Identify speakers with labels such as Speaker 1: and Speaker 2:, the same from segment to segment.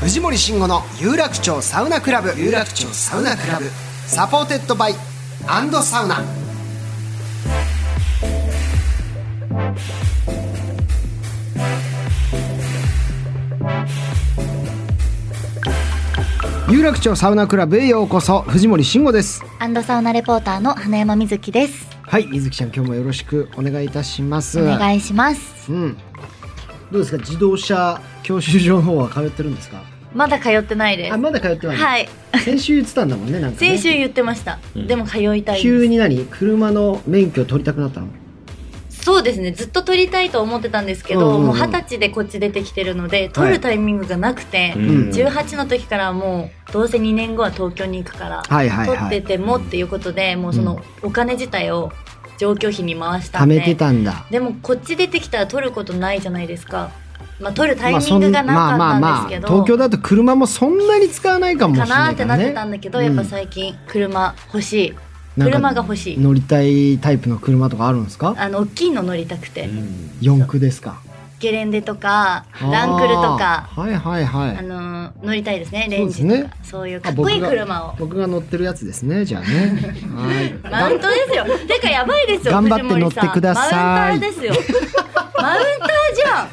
Speaker 1: 藤森慎吾の有楽町サウナクラブ有楽町サウナクラブサポーテッドバイアンドサウナ有楽町サウナクラブへようこそ藤森慎吾です
Speaker 2: アンドサウナレポーターの花山瑞希です。
Speaker 1: はい水木ちゃん今日もよろしくお願いいたします
Speaker 2: お願いしま
Speaker 1: う
Speaker 2: す。
Speaker 1: んどうですか自動車教習所の方は通ってるんですか
Speaker 2: まだ通ってないです
Speaker 1: あ。まだ通ってない、
Speaker 2: はい。
Speaker 1: 先週言ってたんだもんねなんかね
Speaker 2: 先週言ってました。でも通いたい
Speaker 1: 急
Speaker 2: で
Speaker 1: に何車の免許取りたくなったの
Speaker 2: す。そうですね。ずっと取りたいと思ってたんですけ
Speaker 1: うんうん
Speaker 2: ど、
Speaker 1: うん
Speaker 2: もう二十歳でこっち出てきてるので、取るタイミングがなくて、
Speaker 1: ん
Speaker 2: 18の時からもうどうせ2年後は東京に行くから、
Speaker 1: はいはいは
Speaker 2: 取
Speaker 1: い
Speaker 2: っててもっていうことで、もうそのお金自体を上京費に回した
Speaker 1: 貯
Speaker 2: んで。
Speaker 1: めてたんだ
Speaker 2: でもこっち出てきたら取ることないじゃないですか。まあ取るタイミングがなかったんですけど。
Speaker 1: 東京だと車もそんなに使わないかもしれ
Speaker 2: かな
Speaker 1: な
Speaker 2: ー
Speaker 1: い
Speaker 2: って
Speaker 1: か
Speaker 2: な
Speaker 1: ら
Speaker 2: っ
Speaker 1: ね
Speaker 2: てたんだけど、
Speaker 1: うん
Speaker 2: やっぱ最近車欲しい
Speaker 1: なんか
Speaker 2: 車が欲しい
Speaker 1: 乗りたいタイプの車とかあるんですか
Speaker 2: あの大きいの乗りたくて、
Speaker 1: 四駆ですか
Speaker 2: ゲレンデとかランクルとか
Speaker 1: あーはいはいは
Speaker 2: あ
Speaker 1: い
Speaker 2: のー乗りたいですねレンジとか
Speaker 1: そ
Speaker 2: そうう,、
Speaker 1: です
Speaker 2: いうか
Speaker 1: あ
Speaker 2: っこいい
Speaker 1: 僕が
Speaker 2: 車を
Speaker 1: 僕が乗ってるやつですねじゃあね はい
Speaker 2: マウントですよてかやばいですよ
Speaker 1: 頑張って
Speaker 2: 藤森さん
Speaker 1: 乗ってください
Speaker 2: マウンターですよ マウンター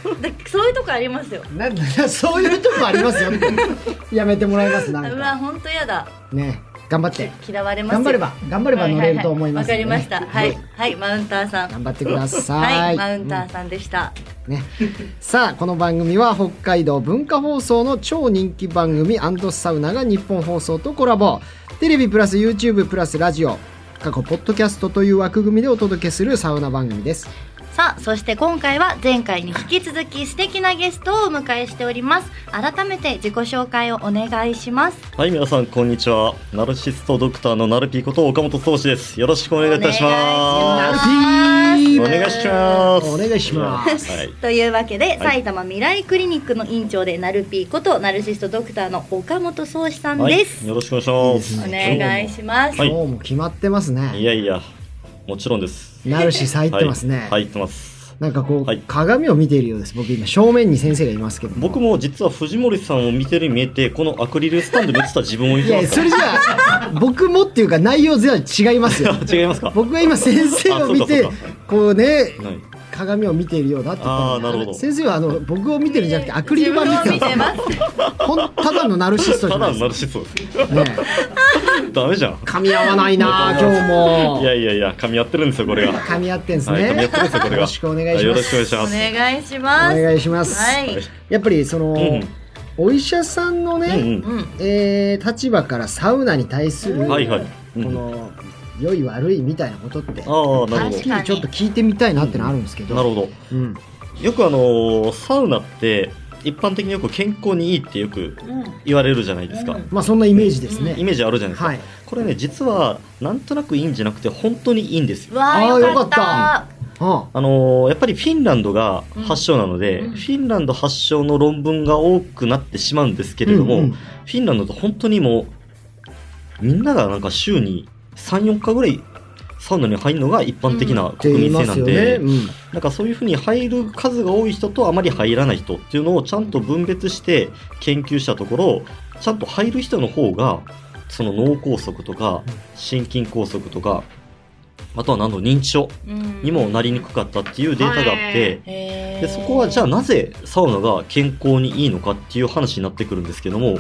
Speaker 2: じゃんでそういうとこありますよ
Speaker 1: なんだそういうとこあります よやめてもらいますな
Speaker 2: うんわ
Speaker 1: か
Speaker 2: 本当やだ
Speaker 1: ね頑張って
Speaker 2: 嫌われますよ
Speaker 1: 頑張れば頑張れば乗れると思いますん
Speaker 2: は
Speaker 1: で
Speaker 2: い
Speaker 1: ね
Speaker 2: はいはいわ、かりましたはいはいマウンターさん
Speaker 1: 頑張ってください。
Speaker 2: はいマウンターさんでした、
Speaker 1: うんね。さあこの番組は北海道文化放送の超人気番組アンドサウナが日本放送とコラボ。テレビプラス YouTube プラスラジオ過去ポッドキャストという枠組みでお届けするサウナ番組です。
Speaker 2: さあそして今回は前回に引き続き素敵なゲストをお迎えしております改めて自己紹介をお願いします
Speaker 3: はい、皆さん、こんにちは。ナルシストドクターのナルピーこと岡本壮志です。よろしくお願いいたします。
Speaker 1: す
Speaker 3: お願いします。
Speaker 1: お願いします
Speaker 3: はい。
Speaker 2: というわけで、埼玉未来クリニックの院長でナルピーことナルシストドクターの岡本壮志さん
Speaker 3: はい
Speaker 2: です、
Speaker 3: よろしくお願いします。
Speaker 2: お願いします、
Speaker 3: はい
Speaker 1: 今日も決まってます
Speaker 3: い
Speaker 1: ね。
Speaker 3: やいや、もちろんです。
Speaker 1: ナルシ入ってますね。
Speaker 3: はい、入ってます。
Speaker 1: なんかこう、
Speaker 3: はい
Speaker 1: 鏡を見ているようです。僕今正面に先生がいますけど。
Speaker 3: 僕。も実は藤森さんを見てるように見えて、このアクリルスタンドに映ってた自分を見
Speaker 1: い
Speaker 3: てま
Speaker 1: やそ
Speaker 3: すか
Speaker 1: れじゃあ僕もっていうか内容全然違いますよ。
Speaker 3: ら。違いますか
Speaker 1: 僕が今先生を見て
Speaker 3: あそうかそうか
Speaker 1: こうね
Speaker 3: はい
Speaker 1: 鏡を見ているようだって言ったの
Speaker 3: あーなるほど
Speaker 1: 先生はあの僕を見てるんじゃなくてアクリル板
Speaker 2: 自分を
Speaker 1: 見
Speaker 2: 見
Speaker 1: て
Speaker 2: て
Speaker 1: る
Speaker 2: ます
Speaker 1: ほんただのナルシストじ
Speaker 3: た
Speaker 1: ゃな
Speaker 3: だ
Speaker 1: い
Speaker 3: の
Speaker 1: で
Speaker 3: ナ
Speaker 1: す
Speaker 3: ルシストです。
Speaker 1: か、ねえ、
Speaker 3: ダメじゃん。
Speaker 1: 噛み合わないなあ今 日
Speaker 3: い
Speaker 1: も
Speaker 3: やいやいや、噛み合ってるんですよ、これが。
Speaker 1: 噛み合ってんです
Speaker 3: はい、
Speaker 1: ね、
Speaker 3: 噛み合ってるんですよ、これ
Speaker 1: よ
Speaker 3: が。
Speaker 1: ろしくお願いします
Speaker 3: はよろくお願いし
Speaker 2: お
Speaker 3: ま
Speaker 2: 願いしま
Speaker 3: す。
Speaker 2: す
Speaker 1: お願いします、
Speaker 2: はい、
Speaker 1: やっぱりその、
Speaker 3: ん
Speaker 1: お医者さんのね、
Speaker 3: うんうん。
Speaker 2: うん
Speaker 1: えー立場からサウナに対する、
Speaker 3: はいはい。う
Speaker 1: こ
Speaker 3: ん
Speaker 1: の良い悪いみたいなことっては
Speaker 3: ああ、なるほ
Speaker 1: っ
Speaker 3: ど
Speaker 1: き。りちょっと聞いてみたいなってのあるんですけど、
Speaker 3: なるほど。
Speaker 1: うん
Speaker 3: よくあのーサウナって、一般的によく健康にいいってよく言われるじゃないですか。
Speaker 1: まあそんなイメージですね、
Speaker 3: イメージあるじゃないですか。
Speaker 1: はい
Speaker 3: これね、実は、なんとなくいいんじゃなくて、本当にいいんですよ。
Speaker 2: わあ
Speaker 1: あー
Speaker 2: よかった
Speaker 1: よかあ
Speaker 3: あのーやっぱりフィンランドが発祥なので、
Speaker 2: うんうん
Speaker 3: フィンランド発祥の論文が多くなってしまうんですけれども、
Speaker 1: うんうん
Speaker 3: フィンランドって本当にもう、みんながなんか週に3、4日ぐらいサウナに入るのが一般的な
Speaker 1: って言い
Speaker 3: 国民
Speaker 1: ま
Speaker 3: 性な
Speaker 1: す
Speaker 3: ん
Speaker 1: よ
Speaker 3: で、
Speaker 1: ね。うん
Speaker 3: なんかそういうふうに入る数が多い人とあまり入らない人っていうのをちゃんと分別して研究したところちゃんと入る人の方がその脳梗塞とか心筋梗塞とかあとは何度認知症にもなりにくかったっていうデータがあってで
Speaker 2: で
Speaker 3: そこはじゃあなぜサウナが健康にいいのかっていう話になってくるんですけども、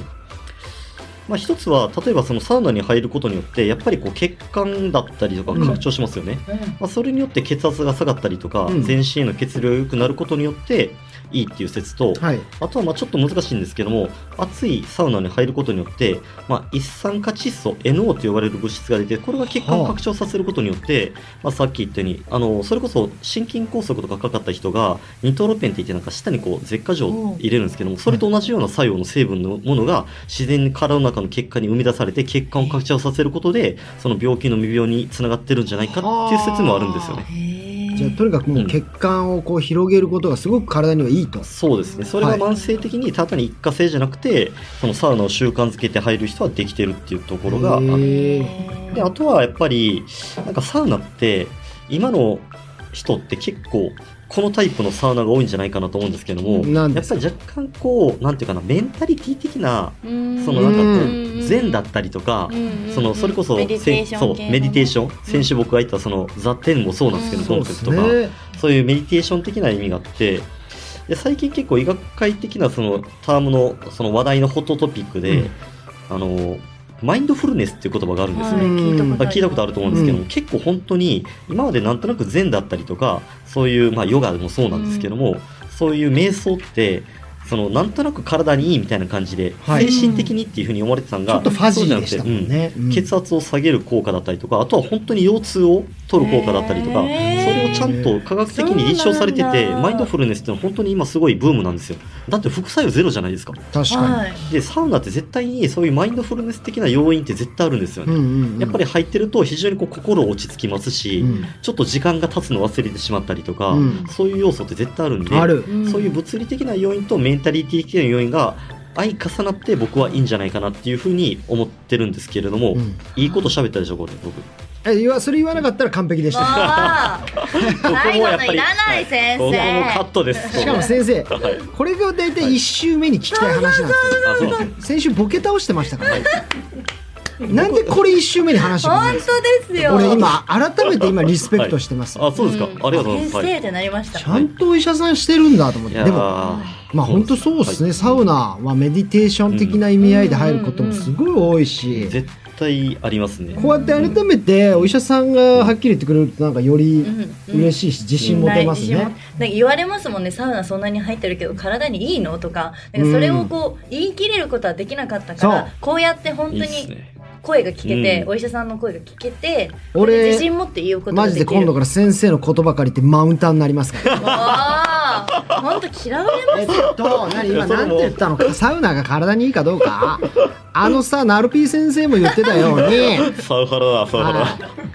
Speaker 3: まあ、一つは例えばそのサウナに入ることによってやっぱりこう血管だったりとか
Speaker 1: うん
Speaker 3: 拡張しますよね。まあ、それによって血圧が下がったりとか、
Speaker 1: うん
Speaker 3: 全身への血流が良くなることによっていいっていう説と、
Speaker 1: はい。
Speaker 3: あとはまあちょっと難しいんですけども、熱いサウナに入ることによって、まあ、一酸化窒素、NO と呼ばれる物質が出て、これが血管を拡張させることによって、まあ、さっき言ったように、あのそれこそ心筋梗塞とかかかった人が、ニトロペンって言って、なんか舌にこう舌下状を入れるんですけども、それと同じような作用の成分のものが、自然に体の中の血管に生み出されて、血管を拡張させることで、その病気の未病につながってるんじゃないかっていう説もあるんですよね。
Speaker 2: へえ
Speaker 1: じゃあとにかくもう血管をこう広げることがすごく体にはいいと。
Speaker 3: そうですね。それが慢性的にただに一過性じゃなくて、そのサウナを習慣づけて入る人はできてるっていうところが
Speaker 1: へ
Speaker 3: ある。
Speaker 1: ー
Speaker 3: で、あとはやっぱり、なんかサウナって、今の人って結構、このタイプのサウナが多いんじゃないかなと思うんですけども、
Speaker 1: なん
Speaker 3: や
Speaker 1: で
Speaker 3: っ
Speaker 1: す
Speaker 3: ぱり若干こう、なんていうかな、メンタリティ的な、
Speaker 2: そ
Speaker 3: そのなんか
Speaker 2: う
Speaker 3: こう、
Speaker 2: ん
Speaker 3: 善だったりとか、そのそれこそ
Speaker 2: メディテーシ
Speaker 3: せ
Speaker 2: ョ
Speaker 3: ん
Speaker 2: ン
Speaker 3: そうメディテー
Speaker 2: ョン
Speaker 3: ション先週僕が言ったその「ザ・テン」もそうなんですけど、
Speaker 2: うん
Speaker 3: コ
Speaker 1: そうです
Speaker 3: ンセプトが
Speaker 1: ね。
Speaker 3: そういうメディテーション的な意味があって、で最近結構医学界的なそのタームのその話題のホットトピックで、
Speaker 1: うん
Speaker 3: あの、マインドフルネスっていう言葉があるんですよ。
Speaker 1: ね
Speaker 2: はい、
Speaker 3: 聞いたことあ
Speaker 2: る
Speaker 3: ると思うんですけども、
Speaker 1: う
Speaker 3: 結構本当に今までなんとなく禅だったりとかそういう、まあ、ヨガもそうなんですけども、そういう瞑想ってそのなんとなく体にいいみたいな感じで、
Speaker 1: はい
Speaker 3: 精神的にっていうふうに思われてたの
Speaker 1: ちょ
Speaker 3: が
Speaker 1: っとファジ
Speaker 3: そうじ
Speaker 1: ー
Speaker 3: ゃ
Speaker 1: で
Speaker 3: なく
Speaker 1: してたもんね。
Speaker 3: うん血圧を下げる効果だったりとかあとは本当に腰痛を取る効果だったりとか、それをちゃんと科学的に立証されて
Speaker 2: そう
Speaker 3: て、
Speaker 2: なんだ
Speaker 3: マインドフルネスってのは本当に今すごいブームなんですよ。だって副作用ゼロじゃないですか。
Speaker 1: うん確か
Speaker 2: はい
Speaker 3: で、サウナって絶対にそういうマインドフルネス的な要因って絶対あるんですよ
Speaker 1: に。
Speaker 3: ね。
Speaker 1: うんうんうん
Speaker 3: やっぱり入ってると非常にこう心落ち着きますし、
Speaker 1: うん
Speaker 3: ちょっと時間が経つの忘れてしまったりとか、
Speaker 1: うん
Speaker 3: そういう要素って絶対あるんで、
Speaker 1: ある。
Speaker 2: ん
Speaker 3: そういう物理的な要因とメンタリティ的な要因が相重なって僕はいいんじゃないかなっていうふうに思ってるんですけれども、
Speaker 1: うん
Speaker 3: いいこと喋ったでしょ、これ、 僕。
Speaker 1: え言わそれ言わなかったら完璧 でした。
Speaker 2: あー最後のいらない先
Speaker 3: ここもカッ
Speaker 2: 生
Speaker 3: トです。
Speaker 1: しかも先生、これが大体一周目に聞きたい話なんですよ。
Speaker 3: あそうですね
Speaker 1: 先週ボケ倒してましたから。なんでこれ一周目に話してくれな
Speaker 2: 本
Speaker 1: いんです
Speaker 2: 当です
Speaker 1: か。
Speaker 2: よ
Speaker 1: 俺今改めて今リスペクトしてます。
Speaker 3: あ、そうですか。ありがとうございます。
Speaker 2: 先
Speaker 3: はい
Speaker 2: 生ってなりました
Speaker 1: ちゃんとお医者さんしてるんだと思っ
Speaker 3: い
Speaker 1: て。
Speaker 3: やー
Speaker 1: でもまあ本当そうですね。サウ。ナはメディテーション的な意味合いで入ることもすごい多い
Speaker 3: はい
Speaker 1: し。
Speaker 3: 絶対ありますね。
Speaker 1: こうやって改めてお医者さんがはっきり言ってくれるとなんかより嬉しいし自信持てます
Speaker 2: ない自信
Speaker 1: ね
Speaker 2: も。なんか言われますもんねサウナそんなに入ってるけど体にいいのとかなんかそれをこう言い切れることはできなかったから、
Speaker 1: そう
Speaker 2: こうやって本
Speaker 3: いい
Speaker 2: 当
Speaker 3: っす
Speaker 2: に
Speaker 3: ね。
Speaker 2: 声が聞けて、
Speaker 3: うん
Speaker 2: お医者さんの声が聞けて
Speaker 1: 俺
Speaker 2: 自信持って言うことが
Speaker 1: マ
Speaker 2: で
Speaker 1: ジで
Speaker 2: きる
Speaker 1: 今度から先生の言葉借りてマウンターになります から。
Speaker 2: ああ本当嫌われます
Speaker 1: えっと、何今
Speaker 3: いやそ
Speaker 1: な
Speaker 3: れも
Speaker 1: んて言ったのかサウナが体にいいかどうかあのさナルピー先生も言ってたように
Speaker 3: サウハラだ、サウハラ。
Speaker 1: はい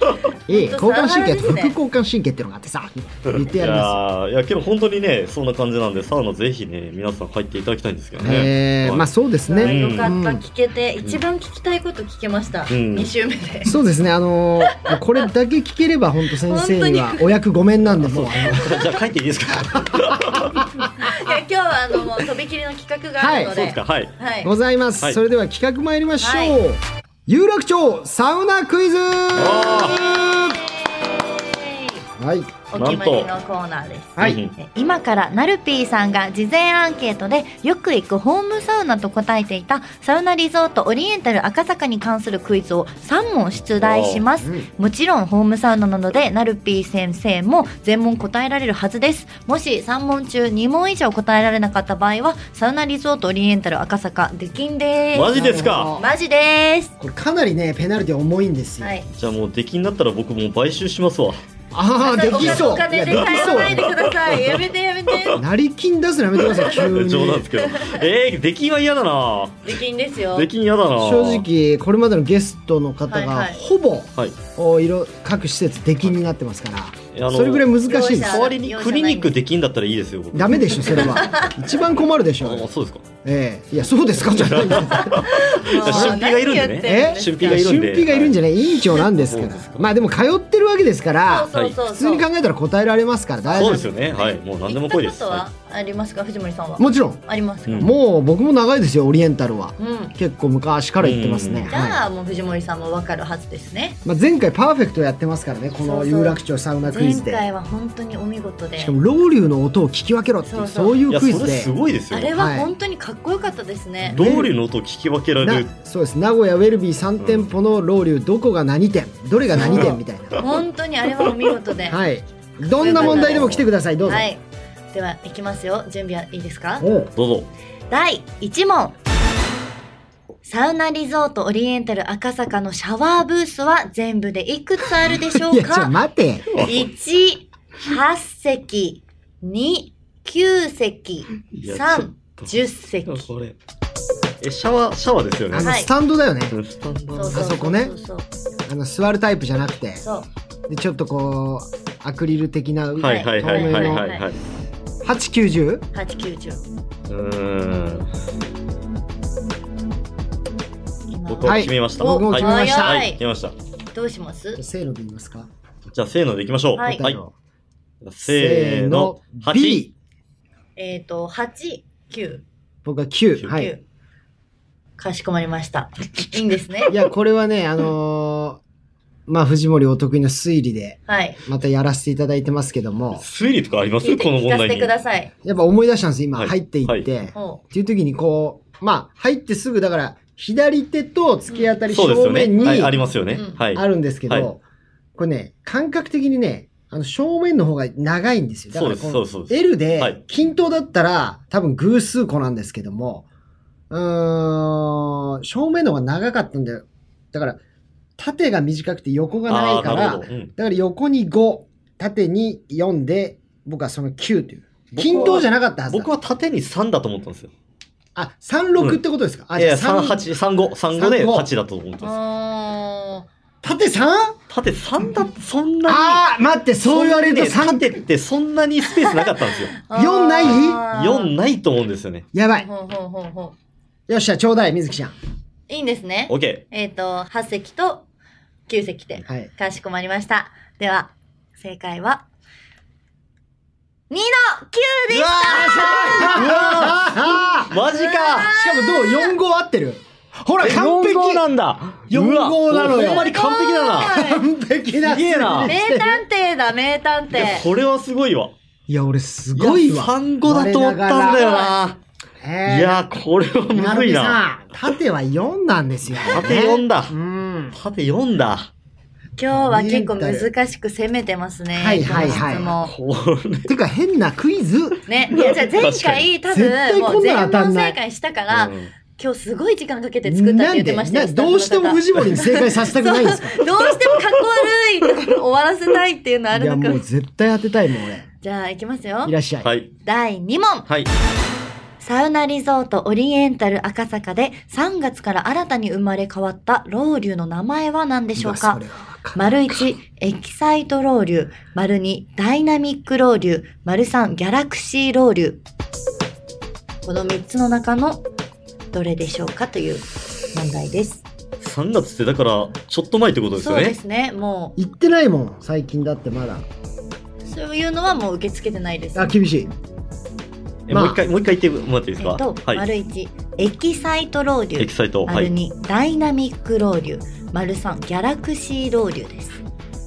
Speaker 1: いい交感神経と副交感神経っていうのがあってさ言って
Speaker 3: い
Speaker 1: や
Speaker 3: や
Speaker 1: りま
Speaker 3: ーいや、けど本当にね、そんな感じなんで、サウナぜひね、皆さん入っていただきたいんですけど
Speaker 1: す
Speaker 3: ね。
Speaker 1: えー
Speaker 3: はい
Speaker 1: まあそうです
Speaker 2: あ
Speaker 1: ね
Speaker 2: よかった
Speaker 1: うん
Speaker 2: 聞けて一番聞きたいこと聞けました、
Speaker 3: うん
Speaker 2: 二週 目で
Speaker 1: そうですねあの ーこれだけ聞ければ本当先生にはお役ごめんなんでもうあの
Speaker 3: じゃあ帰っていいです か
Speaker 2: いや今日はあのもうとびきりの企画があるの
Speaker 1: はい
Speaker 2: で、は
Speaker 3: そうです
Speaker 2: い
Speaker 3: か、はい。
Speaker 1: ございます、
Speaker 3: はい
Speaker 1: それでは企画参りましょう、
Speaker 2: はい
Speaker 1: 有楽町サウナクイズ
Speaker 3: あ
Speaker 1: はい
Speaker 2: お決まりのコーナーです
Speaker 1: は
Speaker 3: う
Speaker 1: い
Speaker 3: ん
Speaker 2: 今からなるぴーさんが事前アンケートでよく行くホームサウナと答えていたサウナリゾートオリエンタル赤坂に関するクイズを3問出題します
Speaker 1: うん
Speaker 2: もちろんホームサウナなのでなるぴー先生も全問答えられるはずですもし3問中2問以上答えられなかった場合はサウナリゾートオリエンタル赤坂できんで
Speaker 3: マ
Speaker 2: ー
Speaker 3: ジです
Speaker 1: なる
Speaker 3: か
Speaker 1: ほ
Speaker 2: す
Speaker 1: ど
Speaker 2: マジです
Speaker 1: これかなりねペナルティ重いんですよ、
Speaker 2: はい
Speaker 3: じゃあもう出禁になったら僕もう買収しますわ。
Speaker 1: ああできそう
Speaker 2: お金で
Speaker 1: いやで
Speaker 2: 買
Speaker 1: き
Speaker 2: わないで
Speaker 1: そ
Speaker 2: くださいやめてやめて
Speaker 1: う成金出すのやめてください急に
Speaker 3: 冗談ですけど。えー、出禁は嫌だな
Speaker 2: できんですよ
Speaker 3: 出禁嫌だな
Speaker 1: 正。直これまでのゲストの方
Speaker 2: は
Speaker 1: が
Speaker 2: いはい
Speaker 1: ほぼ
Speaker 3: はい。
Speaker 1: お色各施設出禁になってますから、
Speaker 3: あの
Speaker 1: それぐらい難しいで
Speaker 2: 容
Speaker 1: す
Speaker 2: 赦
Speaker 3: 代わりにクリニック出禁だったらいいですよ、僕
Speaker 1: ダメでしょそれは一番困るでし
Speaker 3: あ
Speaker 1: ょ
Speaker 3: そうですか。
Speaker 1: ええいやそうですかじゃないんです
Speaker 2: もう
Speaker 3: 出費がいるんでね
Speaker 2: 何言って
Speaker 3: 出
Speaker 2: んですか
Speaker 3: 費がいるん
Speaker 1: 俊
Speaker 3: で
Speaker 1: 平がいるんじゃない委員長なんですか
Speaker 3: そう
Speaker 1: ら
Speaker 3: ですか
Speaker 1: まあでも通ってるわけですから
Speaker 2: そうそうそう
Speaker 1: 普通
Speaker 2: そう
Speaker 1: に考えたら答えられますから大丈
Speaker 3: そう
Speaker 1: 夫
Speaker 3: ですよね。はい。もう何で
Speaker 2: 行
Speaker 3: も
Speaker 2: った
Speaker 3: 来い
Speaker 2: こ
Speaker 3: です。
Speaker 2: と
Speaker 3: は
Speaker 2: はありますか藤森さんは
Speaker 1: もちろん
Speaker 2: ありますか
Speaker 3: う
Speaker 2: うんん、
Speaker 1: もう僕も長いですよオリエンタルは結構昔から行ってますね
Speaker 3: うん
Speaker 2: じ
Speaker 1: はい
Speaker 2: ゃあもう藤森さんもわかるはずですね
Speaker 1: まあ、前回パーフェクトやってますからねこ
Speaker 2: そ
Speaker 1: の
Speaker 2: うそう
Speaker 1: 有楽町サウナクイ
Speaker 2: 前
Speaker 1: ズで
Speaker 2: 回は本当にお見事で
Speaker 1: しかもロウリュの音を聞き分けろっていうそ
Speaker 2: そううそう
Speaker 1: い
Speaker 3: いうや、
Speaker 1: クイズ
Speaker 3: それ
Speaker 1: です
Speaker 3: ごいです
Speaker 2: あれ
Speaker 3: よ。
Speaker 2: は本当にかっこよかったですね、
Speaker 3: 道理の音を聞き分けられる
Speaker 1: な。そうです名古屋ウェルビー3店舗のロウリュどこが何店どれが何店みたいな
Speaker 2: 本当にあれはお見事では
Speaker 1: はいどんな問題でも来てくださいどうぞ、
Speaker 2: いではいきますよ準備はいいですか
Speaker 1: おう
Speaker 3: どうぞ。
Speaker 2: 第1問サウナリゾートオリエンタル赤坂のシャワーブースは全部でいくつあるでしょ
Speaker 1: いうや、ちょ、
Speaker 2: か
Speaker 1: 待て。
Speaker 2: 1 8席2 9席
Speaker 3: いやちょ
Speaker 2: 3
Speaker 3: っと
Speaker 2: 10席
Speaker 3: これ。え、シャワー、シャワーですよね
Speaker 1: あ。の、
Speaker 2: はい
Speaker 1: スタンドだよね。
Speaker 3: うんスタンダード
Speaker 2: うう
Speaker 1: あそこね
Speaker 2: そうそう
Speaker 1: あの、座るタイプじゃなくて。
Speaker 2: そう
Speaker 1: で、ちょっとこう、アクリル的な、
Speaker 3: は
Speaker 1: 8、
Speaker 3: いはいはいはいはいはい。
Speaker 1: 90?
Speaker 2: 890
Speaker 3: うー
Speaker 2: 今
Speaker 3: ん。僕は決めました。
Speaker 1: はい僕も決めました
Speaker 3: はいは
Speaker 2: 早い
Speaker 3: い、決めました。
Speaker 2: どうします
Speaker 1: せーので言いますか
Speaker 3: じゃあ、せーのでいきましょう。
Speaker 2: はい
Speaker 1: 答えを
Speaker 3: せーの。
Speaker 1: B
Speaker 3: 8。
Speaker 2: えっ、と89
Speaker 1: 僕は9。は
Speaker 2: 九
Speaker 1: い。
Speaker 2: かしこまりました。いいんですね。
Speaker 1: いや、これはね、あのーまあ、藤森お得意の推理で、
Speaker 2: はい。
Speaker 1: またやらせていただいてますけども、
Speaker 3: 推理とかあります
Speaker 2: 聞いて
Speaker 3: この
Speaker 2: 聞
Speaker 3: 問
Speaker 2: かせ
Speaker 3: 題
Speaker 2: て
Speaker 3: に
Speaker 2: く。ださい。
Speaker 1: やっぱ思い出したんです、今、
Speaker 3: はい
Speaker 1: 入っていって。
Speaker 3: はい
Speaker 1: っ
Speaker 2: お
Speaker 1: ていう時に、こう、まあ、入ってすぐ、だから、左手と突き当たり
Speaker 3: そうです
Speaker 1: 正
Speaker 3: よね
Speaker 1: 面。に
Speaker 3: はい、ありますよね
Speaker 2: うん。
Speaker 3: はい。
Speaker 1: あるんですけど、
Speaker 3: はい
Speaker 1: これね、感覚的にね、あの正面の方が長いんですよ。だ
Speaker 3: そ
Speaker 1: から
Speaker 3: うで
Speaker 1: こ
Speaker 3: す、そう
Speaker 1: の
Speaker 3: ですそうです。
Speaker 1: L
Speaker 3: はい
Speaker 1: で均等だったら多分偶数個なんですけども、うーん、正面の方が長かったんだよ。だから、縦が短くて横がないか
Speaker 3: あーな
Speaker 1: ら、
Speaker 3: るほ
Speaker 1: だか
Speaker 3: ど。うん
Speaker 1: ら横に5、縦に4で、僕はその9という。均等じゃなかったはずだ。
Speaker 3: 僕は縦に3だと思ったんですよ。
Speaker 1: あ、36ってことですか、あ、
Speaker 3: いや、
Speaker 1: じゃあ
Speaker 3: 3、
Speaker 1: 三
Speaker 3: 8、3、5、3、5で
Speaker 1: 35
Speaker 3: 8だと思ったんです。
Speaker 2: あ
Speaker 1: 縦 3?
Speaker 3: 縦3だ、そんなに。
Speaker 1: あー待って、そう言われると
Speaker 3: そん
Speaker 1: 3
Speaker 3: なにね縦ってそんなにスペースなかったんですよ。
Speaker 2: ー
Speaker 1: 四ない
Speaker 2: あー
Speaker 3: 4ないと思うんですよね。
Speaker 1: やばい。
Speaker 2: ほうほうほうほ
Speaker 1: よっしゃ、ちょうだい、水木ちゃん。
Speaker 2: う。いいんですね。
Speaker 3: OK。
Speaker 2: えっ、と、8席と9席で。
Speaker 1: はい。
Speaker 2: かしこまりました。では、正解は、2の9で
Speaker 3: うわ
Speaker 1: あ
Speaker 3: ーマジか
Speaker 1: しかもどう4号合ってるほら
Speaker 3: え
Speaker 1: 完
Speaker 3: 四号
Speaker 1: 璧
Speaker 3: なんだ
Speaker 1: 四号なのよ
Speaker 3: うわほんまに完璧だな
Speaker 2: な
Speaker 1: 完璧な
Speaker 3: すげえな
Speaker 2: 名探 偵だ、名探
Speaker 3: いや
Speaker 2: 偵。
Speaker 3: これはすごいわ。
Speaker 1: いや俺すごいわ
Speaker 3: 3号だと思ったんだよな。
Speaker 1: え
Speaker 3: いや、これはむ
Speaker 1: な
Speaker 3: ず
Speaker 1: る
Speaker 3: い
Speaker 1: み
Speaker 3: な。
Speaker 1: さん縦は4なんですよ
Speaker 3: 縦4だ
Speaker 1: ねうん
Speaker 3: 縦4だ。
Speaker 2: 今日は結構難しく攻めてますね。
Speaker 1: はいはいはい
Speaker 2: この質問
Speaker 3: これ。
Speaker 1: てか変なクイズ
Speaker 2: ね、いやじゃあ前回多
Speaker 1: 絶対
Speaker 2: 分も
Speaker 1: こ
Speaker 2: うん
Speaker 1: なの
Speaker 2: 全
Speaker 1: 当た
Speaker 2: 問
Speaker 1: んない
Speaker 2: 正解したから、
Speaker 3: うん
Speaker 2: 今日すごい時間かけて作ったって言ってました
Speaker 1: な
Speaker 2: よ
Speaker 1: んでなどうしても
Speaker 2: ス
Speaker 1: 藤森に正解させた
Speaker 2: タ
Speaker 1: く
Speaker 2: ッ
Speaker 1: ないんで
Speaker 2: フの
Speaker 1: すか
Speaker 2: 方そうどうしてもかっこ悪いところ終わらせたいっていうのあ
Speaker 1: いや
Speaker 2: るの
Speaker 1: も
Speaker 2: か
Speaker 1: う絶対当てたいもん俺
Speaker 2: じゃあ行きますよ
Speaker 1: いらっしゃい
Speaker 3: はい。
Speaker 2: 第2問
Speaker 3: はい。
Speaker 2: サウナリゾートオリエンタル赤坂で3月から新たに生まれ変わったロウリュの名前は何でしょう
Speaker 1: うわ
Speaker 2: か
Speaker 1: それはわかんない
Speaker 2: 丸1、エキサイトロウリュ。丸2、ダイナミックロウリュ。丸3、ギャラクシーロウリュ。この3つの中のどれでしょうかという問題です。
Speaker 3: 3月ってだから、ちょっと前ってことです
Speaker 2: そ
Speaker 3: よ
Speaker 2: うで
Speaker 3: ね。
Speaker 2: すね。も
Speaker 1: 言ってないもん最近だってまだ
Speaker 2: う、そういうのはもう受け付けてないです。
Speaker 1: あ厳しい
Speaker 3: え
Speaker 1: まあ
Speaker 3: もう一回、もう一回言ってもらっていいです
Speaker 2: えっ
Speaker 3: か
Speaker 2: と、
Speaker 3: はい。
Speaker 2: 丸1、エキサイトロウリ
Speaker 3: エ
Speaker 2: ュ
Speaker 3: キ。サイト。は
Speaker 2: 丸
Speaker 3: い。
Speaker 2: 2、ダイナミックロウリュ。丸3、ギャラクシーロウリュです。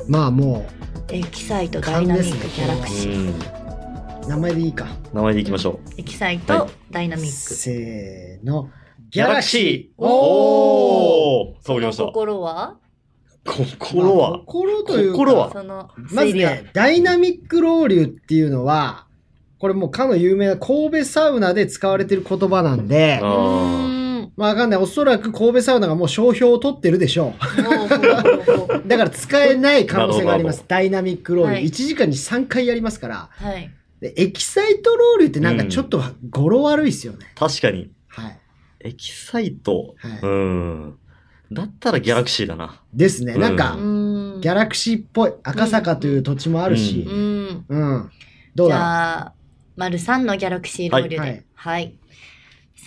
Speaker 1: まあも
Speaker 2: エキサイト、ダイナミック、
Speaker 1: 勘です
Speaker 2: ギ
Speaker 1: ね
Speaker 2: ャラクシー。
Speaker 3: うん。
Speaker 1: う名前でいいか
Speaker 3: 名前でいきましょう。
Speaker 2: エキサイ
Speaker 3: は
Speaker 2: ト
Speaker 3: い、
Speaker 2: ダイナミック。
Speaker 1: せーの
Speaker 3: ギャラクシー。
Speaker 1: おー
Speaker 3: おー。かぶりました。
Speaker 2: 心は
Speaker 3: 心
Speaker 1: まあ
Speaker 3: は。
Speaker 1: 心というか
Speaker 3: 心は
Speaker 2: その、
Speaker 1: まず
Speaker 2: 推理は
Speaker 1: ね、ダイナミックロウリュっていうのは、これもうかの有名な神戸サウナで使われてる言葉なんで、
Speaker 3: あー
Speaker 1: まあわかんない。おそらく神戸サウナがもう商標を取ってるでしょ
Speaker 2: は
Speaker 1: う。だから使えない可能性がありま
Speaker 3: なる
Speaker 1: す。
Speaker 3: ほ
Speaker 1: ダイナミックロウリュ。
Speaker 2: はい
Speaker 1: 1時間に3回やりますから。
Speaker 2: い。
Speaker 1: でエキサイトロウリュってなんかちょっと語呂悪いですよね。
Speaker 3: 確かに。
Speaker 1: はい。
Speaker 3: エキサイト。。
Speaker 1: はいう
Speaker 3: ん。だったらギャラクシーだな。
Speaker 1: ですね。なん
Speaker 3: う
Speaker 1: か、
Speaker 2: ん
Speaker 1: ギャラクシーっぽい。赤坂という土地もあるし
Speaker 3: う。
Speaker 2: うん。
Speaker 1: うん。どう
Speaker 2: じ
Speaker 1: だろう
Speaker 2: ゃあ、丸三のギャラクシーロウリュで。は
Speaker 1: はいい。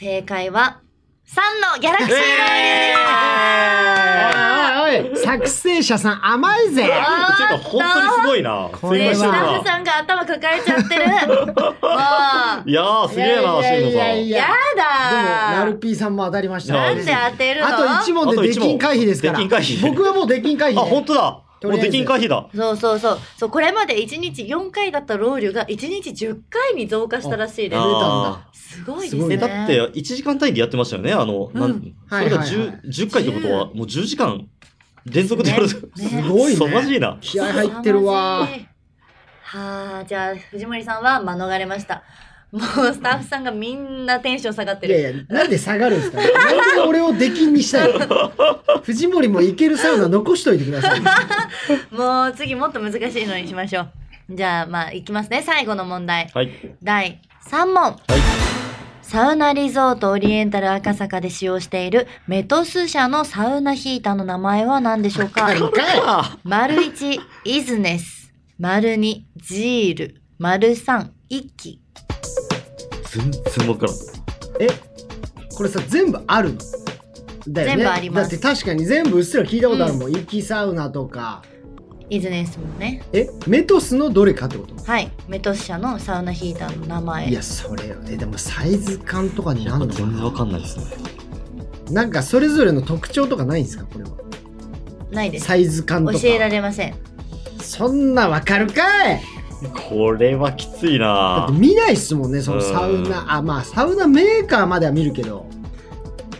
Speaker 2: 正解は、三のギャラクシーロウリュです
Speaker 3: え
Speaker 1: おいおいおい作成者さん甘いぜ
Speaker 2: あー
Speaker 3: てか、本当にすごいな。
Speaker 1: これ
Speaker 2: ね
Speaker 1: は
Speaker 2: ス
Speaker 3: す
Speaker 2: タ
Speaker 3: いません
Speaker 2: ッフさんが頭抱えちゃ ってる。もう、
Speaker 3: いやー、すげえな、
Speaker 1: いや
Speaker 3: シ
Speaker 1: いや
Speaker 3: ン
Speaker 1: い
Speaker 3: さ
Speaker 2: や
Speaker 1: でも、
Speaker 2: だ
Speaker 1: ナルピーさんも当たりました
Speaker 2: な
Speaker 1: ね
Speaker 2: んで当てるの
Speaker 1: あと1問
Speaker 3: あと
Speaker 1: で出
Speaker 3: 一
Speaker 1: 禁回避ですから。
Speaker 3: 出禁回避
Speaker 1: 僕はもう出禁回避、
Speaker 3: ん。あ、本
Speaker 1: ね。
Speaker 3: 当だ。
Speaker 1: と
Speaker 3: もう
Speaker 1: りあえず
Speaker 3: 出禁回避だ。
Speaker 2: そうそうそう。そう、これまで1日4回だったロウリュが1日10回に増加したらしいです
Speaker 1: あ。
Speaker 3: あ
Speaker 2: すごいです
Speaker 1: すご
Speaker 3: ー
Speaker 1: い
Speaker 2: ね。
Speaker 3: え、だって、1時間単位でやってましたよね。あの、な
Speaker 2: うん
Speaker 3: んそれが
Speaker 1: はいはいはい
Speaker 3: 10, 10回ってことは、もう10時間連続でやる。
Speaker 2: ね
Speaker 1: すごいね
Speaker 3: そう、マジいな。
Speaker 1: 気合入ってるわ。
Speaker 2: 凄まじいはあ、じゃあ、藤森さんは免れました。もう、スタッフさんがみんなテンション下がって
Speaker 1: い
Speaker 2: る。
Speaker 1: やいや、なんで下がるんですかなんで俺を出禁にしたいの藤森もいけるサウナ残しといてください。
Speaker 2: もう、次もっと難しいのにしましょう。じゃあ、まあ、いきますね。最後の問題。
Speaker 3: はい。
Speaker 2: 第3問。サウナリゾートオリエンタル赤坂で使用しているメトス社のサウナヒーターの名前は何でしょうか
Speaker 1: はい、か
Speaker 2: 丸1、イズネス。丸2、ジール。丸3、イキ。
Speaker 3: 全然わからん。
Speaker 1: いえ、これさ、全部あるのだよね。
Speaker 2: 全部あります
Speaker 1: だって確かに全部うっすら聞いたことあるもん。イキサウナとか。
Speaker 2: イズネスもね。
Speaker 1: え、メトスのどれかってこと
Speaker 2: はい。メトス社のサウナヒーターの名前。
Speaker 1: いや、それよね。でもサイズ感とかにな
Speaker 3: や
Speaker 1: ん
Speaker 3: っぱ
Speaker 1: のか
Speaker 3: 全然わか
Speaker 1: なん
Speaker 3: ないですね。
Speaker 1: なんかそれぞれの特徴とかないんですかこれは。
Speaker 2: ないです。
Speaker 1: サイズ感とか。
Speaker 2: 教えられません。
Speaker 1: そんなわかるかい
Speaker 3: これはきつい
Speaker 1: だっ
Speaker 3: な
Speaker 1: て見ないっすもんね、そのサウ
Speaker 3: う
Speaker 1: ナ。
Speaker 3: ん
Speaker 1: あ、まあサウナメーカーまでは見るけど。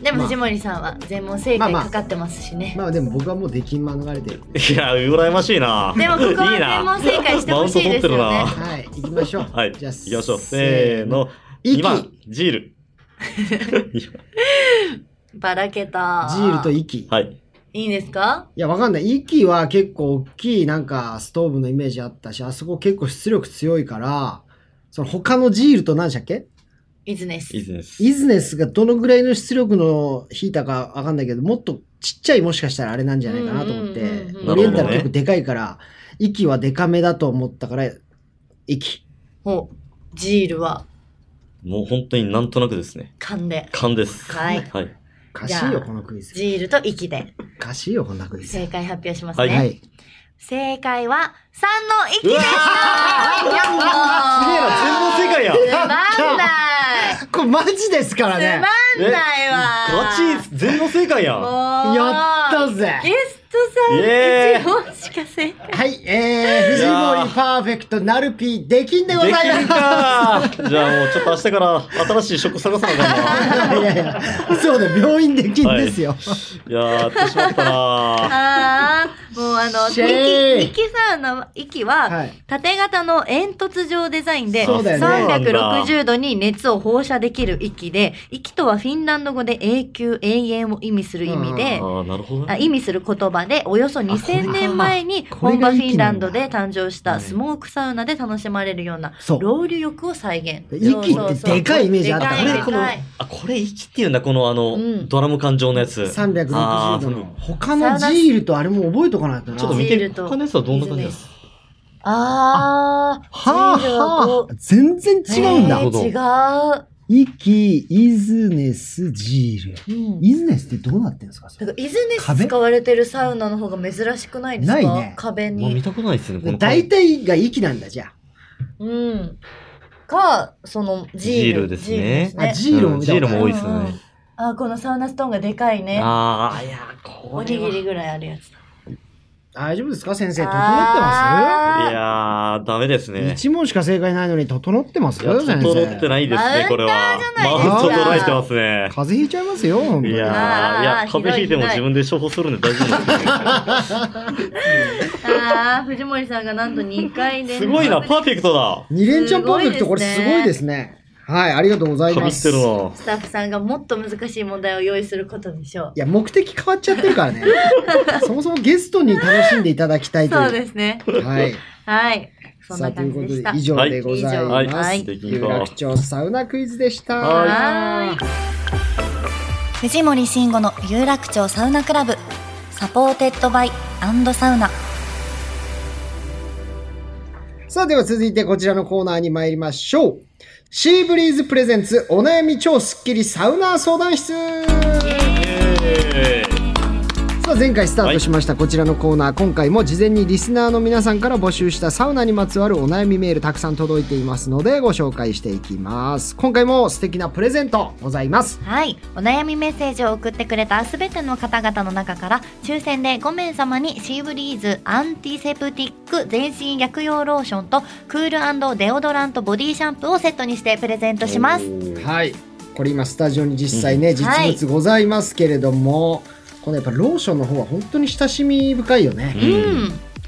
Speaker 2: でも
Speaker 1: まあ
Speaker 2: 藤森さんは全問正
Speaker 1: まあ
Speaker 2: 解
Speaker 1: まあ
Speaker 2: かかってますしね。
Speaker 1: まあでも僕はもう出禁免れてるん で。
Speaker 3: いや、羨ましいな
Speaker 2: でもここ
Speaker 3: いいな
Speaker 2: は全問正解してほしいですよ
Speaker 3: マウント取って
Speaker 2: ね
Speaker 3: るな。
Speaker 1: はい、行きましょう。
Speaker 3: はい。
Speaker 1: じゃあ、
Speaker 3: 行きましょう。せー。の。
Speaker 1: 息
Speaker 3: 2番、ジール。
Speaker 2: ばらけた。
Speaker 1: ジールと息。い
Speaker 3: はい。
Speaker 2: いいんですか
Speaker 1: や、わかんない。息は結構大きい、なんか、ストーブのイメージあったし、あそこ結構出力強いから、その他のジールと何でしたっけ
Speaker 2: イズネス
Speaker 3: い。いです。
Speaker 1: イズネスがどのぐらいの出力のヒーターかわかんないけど、もっとちっちゃいもしかしたらあれなんじゃないかなと思っ
Speaker 2: うんうん
Speaker 1: て
Speaker 2: うんう、ん
Speaker 1: オリエンタル結
Speaker 3: なるほど
Speaker 1: 構
Speaker 3: ね
Speaker 1: でかいから、息はデカめだと思ったから、息。
Speaker 2: ほう。ジールは
Speaker 3: もう本当になんとなくですね。
Speaker 2: 勘で。
Speaker 3: 勘です。
Speaker 2: はい
Speaker 3: はい。
Speaker 1: おかしい
Speaker 2: じゃ
Speaker 1: よ、
Speaker 2: あ
Speaker 1: このクイズ。
Speaker 2: ジールと息で
Speaker 1: おかしいよ、こんなクイズ。
Speaker 2: 正解発表します
Speaker 3: は
Speaker 2: ね。
Speaker 1: はい。
Speaker 2: 正解は3の息でした
Speaker 3: うわすげえな、全問正解や
Speaker 2: つまんない
Speaker 1: これマジですからね。
Speaker 2: つまんないわ
Speaker 3: ガチ、全問正解やん
Speaker 2: もう
Speaker 1: やったぜ
Speaker 2: ゲストさん
Speaker 3: イエーイ
Speaker 2: 一問しか正解
Speaker 1: はい、えー、
Speaker 3: い
Speaker 1: 藤
Speaker 3: やー
Speaker 1: 森パーフェクトなるぴーできんでござ
Speaker 3: でき
Speaker 1: い
Speaker 3: る
Speaker 1: ます。
Speaker 3: かじゃあもうちょっと明日から新しい職探さなあかん な。
Speaker 1: いやいや、そうだ、病院できんですよ。
Speaker 3: いやー、やってしまったな
Speaker 2: あーもうあの
Speaker 1: シェー
Speaker 2: 息息サウナ息は、
Speaker 1: はい
Speaker 2: 縦型の煙突状デザインで、
Speaker 1: そうだよね
Speaker 2: 360度に熱を放射できる息で、息とはフィンランド語で永久、永遠を意味する意味で、
Speaker 3: ああ、なるほど
Speaker 2: あ
Speaker 3: ね。
Speaker 2: 意味する言葉でおよそ2000年前に
Speaker 1: これ
Speaker 2: 本
Speaker 1: がこ
Speaker 2: 場フ
Speaker 1: れが
Speaker 2: ィンランド
Speaker 1: 息な
Speaker 2: で誕生したスモークサウナで楽しまれるような
Speaker 1: そう
Speaker 2: ロウリュ浴を再現。
Speaker 1: 息って
Speaker 2: そうそうそう
Speaker 1: でかいイメージあった
Speaker 2: でかい
Speaker 3: これこの
Speaker 2: でかい
Speaker 3: あ、これ1っていうんだ、このあの、
Speaker 2: うん
Speaker 3: ドラム感情のやつ。
Speaker 1: 360
Speaker 3: あ
Speaker 1: 度の
Speaker 3: ー。
Speaker 1: 他のジールとあれも覚えとかないとな。
Speaker 3: ちょっと見
Speaker 2: ジー
Speaker 3: て、
Speaker 2: ルと
Speaker 3: 他のやつはどんな感じです
Speaker 2: あー、
Speaker 1: はあ
Speaker 2: ジールはこ
Speaker 1: は
Speaker 2: う
Speaker 1: あ、全然違うんだ
Speaker 2: え。ー
Speaker 1: 息、イズネス、ジール。
Speaker 2: 違う。うん
Speaker 1: イズネスってどうなってんですかそ
Speaker 2: だ
Speaker 1: れ
Speaker 2: からイズネス
Speaker 1: 壁
Speaker 2: 使われてるサウナの方が珍しくないですか
Speaker 1: ないね
Speaker 2: 壁
Speaker 3: もう見
Speaker 2: に。
Speaker 3: たことないですね、この。
Speaker 1: 大体が息なんだ、じゃあ。
Speaker 2: うん。か、そのジール。
Speaker 3: ジールですね
Speaker 1: あジールも見たことある
Speaker 3: うんジールも多いですよね。
Speaker 2: あ、このサウナストーンがでかいね。
Speaker 3: ああ、いやー、こ
Speaker 2: お
Speaker 3: れ
Speaker 2: に
Speaker 3: は。
Speaker 2: ぎり
Speaker 3: い
Speaker 2: ぐらいあるやつだ。
Speaker 1: 大丈夫ですか先生、整ってま
Speaker 3: やー、ダメです
Speaker 1: す
Speaker 3: ね。
Speaker 1: 一問しか正解ないのに整ってます
Speaker 3: いや、
Speaker 1: よ先生
Speaker 3: 整ってないですね、これは。
Speaker 2: マウン
Speaker 1: ターじゃないですか
Speaker 3: マウント整えてますね。
Speaker 1: 風邪ひいちゃいますよ、本当
Speaker 3: い
Speaker 1: に。
Speaker 3: や
Speaker 2: あー
Speaker 3: ー、いや、
Speaker 2: ひどい
Speaker 3: 風邪ひいても自分で処方するんで大丈夫なんですね
Speaker 2: ああ、藤森さんがなんと2回連
Speaker 3: す
Speaker 2: 続
Speaker 3: ごいな、パーフェクトだ。
Speaker 1: 二連チャンパーフェクト、これすごいですね。はい、ありがとうござい
Speaker 3: かび
Speaker 1: ま
Speaker 3: って
Speaker 1: す。
Speaker 3: るない
Speaker 2: スタッフさんがもっと難しい問題を用意することでしょう。
Speaker 1: や、目的変わっちゃってるから ね。そもそもゲストに楽しんでいただきたいと
Speaker 2: そう
Speaker 1: い
Speaker 2: で
Speaker 1: う。
Speaker 2: すね。
Speaker 1: はい。
Speaker 2: はい。そん
Speaker 1: さあ、
Speaker 2: な
Speaker 1: とい
Speaker 2: 感
Speaker 1: うこと
Speaker 2: じでし
Speaker 1: で
Speaker 2: た。
Speaker 1: 以上でござい
Speaker 2: は
Speaker 1: ま
Speaker 2: い
Speaker 1: す。
Speaker 2: はい
Speaker 1: 有楽町サウナクイズでした。
Speaker 3: はい
Speaker 2: はーい。
Speaker 4: 藤森慎吾の有楽町サウナクラブサポーテッドバイサウナ
Speaker 1: さあ、では続いてこちらのコーナーに参りましょう。シーブリーズプレゼンツお悩み超スッキリサウナー相談室
Speaker 3: えー
Speaker 1: さあ前回スタートしましたこちらのコーナー、今回も事前にリスナーの皆さんから募集したサウナにまつわるお悩みメールたくさん届いていますのでご紹介していきます今回も素敵なプレゼントございます
Speaker 4: はいお悩みメッセージを送ってくれたすべての方々の中から抽選で5名様にシーブリーズアンティセプティック全身薬用ローションとクールデオドラントボディシャンプーをセットにしてプレゼントします
Speaker 1: はいこれ今スタジオに実際ね、実
Speaker 4: はい
Speaker 1: 物ございますけれども、このやっぱローションの方は本当に親しみ深いよね、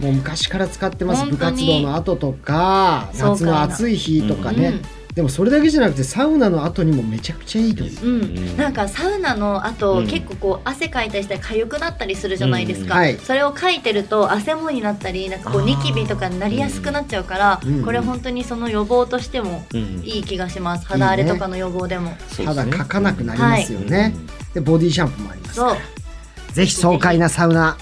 Speaker 3: うん。
Speaker 1: もう昔から使ってます
Speaker 4: 本当
Speaker 1: 部
Speaker 4: に
Speaker 1: 活動の後とか
Speaker 4: そうかな
Speaker 1: 夏の暑い日とかね、でもそれだけじゃなくてサウナの後にもめちゃくちゃいいと思う
Speaker 2: うん、
Speaker 3: うん
Speaker 2: なんかサウナの後、
Speaker 3: うん
Speaker 2: 結構こう汗かいたりしたら痒くなったりするじゃないですか、
Speaker 1: うんはい
Speaker 2: それをかいてると汗もになったりなんかこ
Speaker 1: あ
Speaker 2: う
Speaker 1: ー
Speaker 2: ニキビとかになりやすくなっちゃうから、
Speaker 1: うん
Speaker 2: これ本当にその予防としても
Speaker 3: うん
Speaker 2: いい気がします肌荒れとかの予防でも
Speaker 3: そうです
Speaker 1: 肌
Speaker 3: ね
Speaker 1: かかなくなりますよね、でボディシャンプーもあります
Speaker 2: そう
Speaker 1: ぜひ爽快なサウナ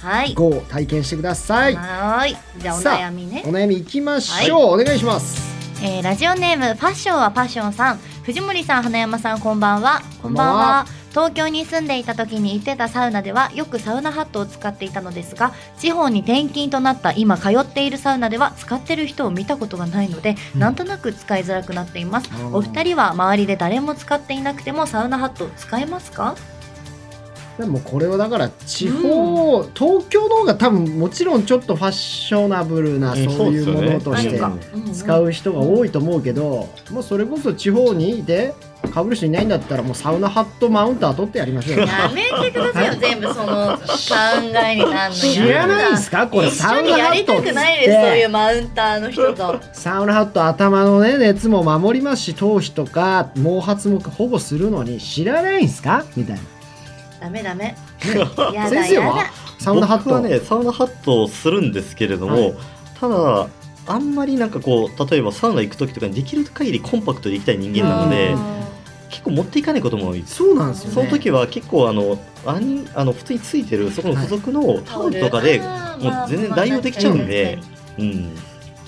Speaker 2: はい
Speaker 1: 号を体験してください、
Speaker 2: はーいじゃあお
Speaker 1: さあ
Speaker 2: 悩みね
Speaker 1: お悩みいきましょう、お願いします
Speaker 4: えーラジオネームファッションはパッションさん藤森さん花山さんこんばんは
Speaker 1: こんばんは
Speaker 4: 東京に住んでいた時に行ってたサウナではよくサウナハットを使っていたのですが地方に転勤となった今通っているサウナでは使ってる人を見たことがないので、
Speaker 1: うん
Speaker 4: なんとなく使いづらくなっています
Speaker 1: あー
Speaker 4: お二人は周りで誰も使っていなくてもサウナハット使えますか
Speaker 1: でもこれはだから地方、東京の方が多分もちろんちょっとファッショナブルな
Speaker 3: うん
Speaker 1: そういうもの
Speaker 3: そ
Speaker 1: と
Speaker 3: う
Speaker 2: あ
Speaker 3: です
Speaker 1: し
Speaker 3: よね
Speaker 1: て
Speaker 2: るか
Speaker 3: うん
Speaker 2: んん
Speaker 1: 使う人が多いと思うけど、もうそれこそ地方にいてかぶる人いないんだったらもうサウナハットマウンター取ってやりましょうよ
Speaker 2: やめてくださいよ全部その考えになんの
Speaker 1: 知らないんすかこれ
Speaker 2: 一緒
Speaker 1: サウ
Speaker 2: に
Speaker 1: ナ
Speaker 2: や
Speaker 1: ハ
Speaker 2: り
Speaker 1: ット
Speaker 2: た
Speaker 1: っつ
Speaker 2: く
Speaker 1: っ
Speaker 2: ないですそういう
Speaker 1: て
Speaker 2: マウンターの人 と
Speaker 1: サウナハット頭のね熱も守りますし頭皮とか毛髪も保護するのに知らないんすかみたい
Speaker 2: ダメダメ
Speaker 3: うん
Speaker 2: やだ
Speaker 1: 先生
Speaker 2: や
Speaker 1: は
Speaker 2: だ
Speaker 1: サウナハッ
Speaker 3: 僕
Speaker 1: ト
Speaker 3: はねサウナハットをするんですけれども、
Speaker 1: はい
Speaker 3: ただあんまりなんかこう例えばサウナ行く時とかにできる限りコンパクトで行きたい人間なので
Speaker 1: うん
Speaker 3: 結構持っていかないことも多いです
Speaker 1: そうなんですよね
Speaker 3: その時は結構あのあんあの普通についてるそこの付属のタオルとかで、
Speaker 2: あー
Speaker 3: もう
Speaker 2: まあ
Speaker 3: 全然代用できちゃうんで
Speaker 2: まあ確かに
Speaker 3: うん、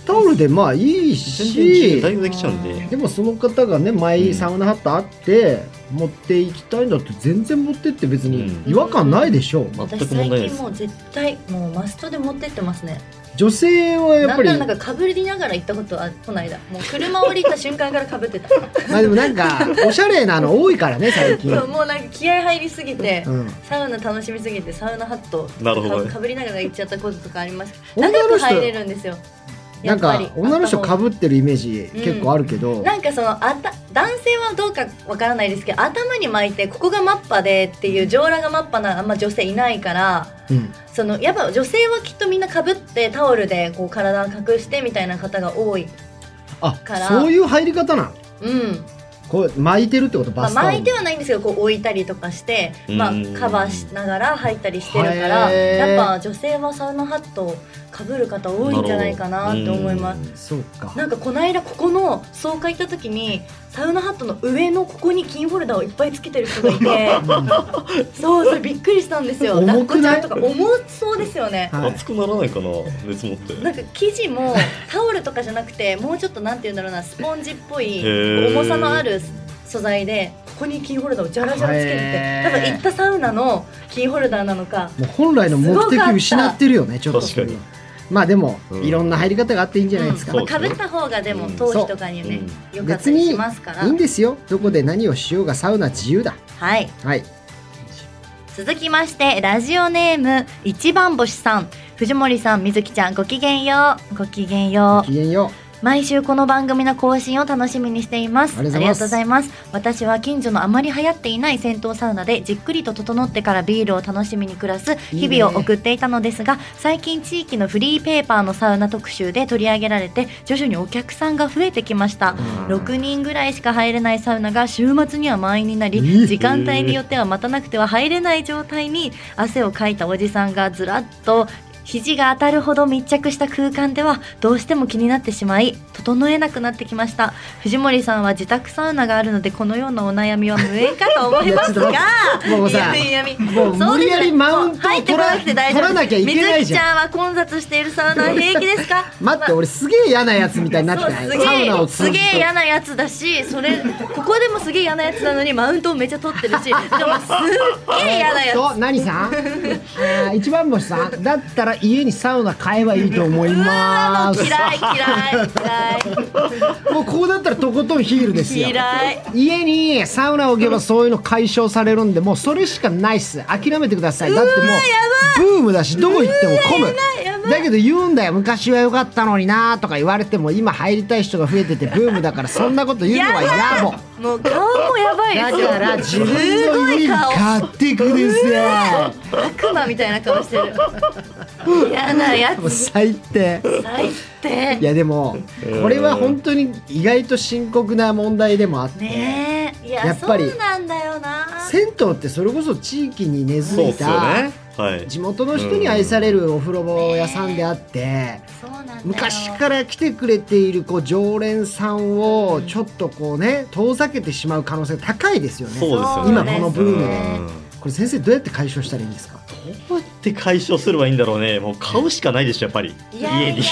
Speaker 1: タオルでまあいい
Speaker 3: 全然自由
Speaker 1: し
Speaker 3: で代用できちゃうんで
Speaker 1: でもその方がね
Speaker 3: う
Speaker 1: 前
Speaker 3: ん
Speaker 1: サウナハットあって持っていきたいんだって全然持ってって別
Speaker 3: う
Speaker 1: に
Speaker 3: ん
Speaker 1: 違和感ないでしょう、
Speaker 3: まあ
Speaker 2: 私
Speaker 3: 全く問題な
Speaker 2: 最
Speaker 3: いで
Speaker 2: 近
Speaker 3: す
Speaker 2: もう絶対もうマストで持ってってますね
Speaker 1: 女性はやっ
Speaker 2: な
Speaker 1: ぱ
Speaker 2: ん
Speaker 1: り
Speaker 2: ならなんかかぶりながら行ったことあこないだもう車降りた瞬間からかぶって た
Speaker 1: まあでもなん かおしゃれなの多いからね最近、
Speaker 2: そうもうなんか気合入りすぎて
Speaker 1: うん、
Speaker 2: サウナ楽しみすぎてサウナハット
Speaker 3: なるほどね
Speaker 2: かかぶりながら行っちゃったこととかあります
Speaker 1: 女
Speaker 2: 長
Speaker 1: の
Speaker 2: く
Speaker 1: 人
Speaker 2: 入れるんですよ
Speaker 1: な
Speaker 2: や
Speaker 1: ん
Speaker 2: っぱり
Speaker 1: か女の人かぶってるイメージ結構あるけど、
Speaker 2: なんかそのあた男性はどうかわからないですけど頭に巻いてここがマッパでっていう上裸がマッパなあんま女性いないから
Speaker 1: うん
Speaker 2: そのやっぱ女性はきっとみんなかぶってタオルでこう体隠してみたいな方が多い
Speaker 1: あ
Speaker 2: から
Speaker 1: そういう入り方なの
Speaker 2: うん、
Speaker 1: こう巻いてるってこと
Speaker 2: ま
Speaker 1: バ
Speaker 2: あ、
Speaker 1: スタオル、
Speaker 2: 巻いてはないんですけどこう置いたりとかして、まあ
Speaker 3: うん、
Speaker 2: カバーしながら入ったりしてるから
Speaker 1: へー
Speaker 2: やっぱ女性はサウナハットをかぶる方多いんじゃないかなって思います。
Speaker 3: す
Speaker 1: そうか
Speaker 2: なんかこの間ここの総会行った時にサウナハットの上のここにキンホルダーをいっぱいつけてる人が いてそうそれびっくりしたんですよ
Speaker 1: 重くない
Speaker 2: 抱っこちゃんとか重そうですよね
Speaker 1: うんはい
Speaker 3: 熱くならないかな熱持って
Speaker 2: なんか生 地もタオルとかじゃなくてもうちょっとなんて言うんだろうなスポンジっぽい
Speaker 3: へー
Speaker 2: 重さのある素材でここにキーホルダーをジャラジャラつけるって
Speaker 1: へー
Speaker 2: 多分行ったサウナのキーホルダーなのか
Speaker 1: もう本来の目的を失ってるよねちょっと
Speaker 3: 確かに
Speaker 1: それはまあでも、
Speaker 3: うん
Speaker 1: いろんな入り方があっていいんじゃないですか、
Speaker 3: そう
Speaker 2: かぶった方がでも
Speaker 3: うん
Speaker 2: 頭皮とかにね良かった
Speaker 1: 別
Speaker 2: り
Speaker 1: に
Speaker 2: しますから
Speaker 1: いいんですよどこで何をしようがサウナ自由だ
Speaker 4: はい
Speaker 1: はい
Speaker 4: 続きましてラジオネーム一番星さん藤森さんみずきちゃんごきげんようごきげんよ
Speaker 1: ごきげんよ
Speaker 4: う毎週この番組の更新を楽しみにしています
Speaker 1: ありがとうございます
Speaker 4: ます私は近所のあまり流行っていない銭湯サウナでじっくりと整ってからビールを楽しみに暮らす
Speaker 1: いいね
Speaker 4: 日々を送っていたのですが最近地域のフリーペーパーのサウナ特集で取り上げられて徐々にお客さんが増えてきました6人ぐらいしか入れないサウナが週末には満員にな
Speaker 1: え
Speaker 4: り時間帯によっては待たなくては入れない状態に汗をかいたおじさんがずらっと肘が当たるほど密着した空間ではどうしても気になってしまい整えなくなってきました藤森さんは自宅サウナがあるのでこのようなお悩みは無縁かと思います
Speaker 1: い
Speaker 4: が
Speaker 1: やもうさ
Speaker 2: いやいやいや
Speaker 1: もう
Speaker 4: そう
Speaker 1: 無理や
Speaker 4: で
Speaker 1: り
Speaker 4: す
Speaker 1: マウント
Speaker 4: 入
Speaker 1: を
Speaker 4: って
Speaker 1: 取
Speaker 4: こ
Speaker 1: ら
Speaker 4: なくて大丈
Speaker 1: 取らなきゃ
Speaker 4: 夫
Speaker 1: い
Speaker 4: み
Speaker 1: け
Speaker 4: ず
Speaker 1: ない
Speaker 4: き
Speaker 1: じ
Speaker 4: ち
Speaker 1: ゃん
Speaker 4: ゃんは混雑しているサウナは平気ですか
Speaker 1: 待って俺すげえ嫌なやつみたいになって
Speaker 2: そう
Speaker 1: た
Speaker 2: す
Speaker 1: よ
Speaker 2: げ
Speaker 1: サウナを通
Speaker 2: え
Speaker 1: じ
Speaker 2: す
Speaker 1: て
Speaker 2: げえ嫌なやつだしそれここでもすげえ嫌なやつなのにマウントをめちゃ取ってるしでもすっげえ嫌なやつ
Speaker 1: そう何さんあー一番星さんだったら家にサウナ買えばいいと思いう
Speaker 2: わ
Speaker 1: ま
Speaker 2: ーもう
Speaker 1: す
Speaker 2: 嫌い嫌い
Speaker 1: もうこうだったらとことんヒールですよ
Speaker 2: 嫌い嫌い
Speaker 1: 家にサウナを置けばそういうの解消されるんでもうそれしかないっす諦めてくださいだってもうブームだしどこ行っても混むだけど言うんだよ昔は良かったのになとか言われても今入りたい人が増えててブームだからそんなこと言うのは野暮
Speaker 2: もう顔もやばい
Speaker 1: だから自分
Speaker 2: す
Speaker 1: の
Speaker 2: ご
Speaker 1: 家
Speaker 2: い
Speaker 1: に
Speaker 2: 顔
Speaker 1: 買ってください
Speaker 2: 悪魔みたいな顔してる嫌なや
Speaker 1: もう
Speaker 2: つ
Speaker 1: 最低
Speaker 2: 最低
Speaker 1: いやでもこれは本当に意外と深刻な問題でもあって、
Speaker 2: ねえいや
Speaker 1: やっぱり
Speaker 2: そうなんだよな
Speaker 1: 銭湯ってそれこそ地域に根
Speaker 3: そう
Speaker 1: 付
Speaker 3: で
Speaker 1: い
Speaker 3: すよ
Speaker 1: た
Speaker 3: ね。はい。
Speaker 1: 地元の人に愛されるお風呂屋さんであって
Speaker 2: そうなんだよ
Speaker 1: 昔から来てくれているこう常連さんをちょっとこうね遠ざけてしまう可能性が高いですよね。
Speaker 3: そうですよね。
Speaker 1: 今このブームで
Speaker 3: うん
Speaker 1: これ先生どうやって解消したらいいんですか
Speaker 3: どうやって解消すればいいんだろうね。もう買うしかないでしょ、やっぱり。
Speaker 2: いやいや
Speaker 3: 家に。
Speaker 2: い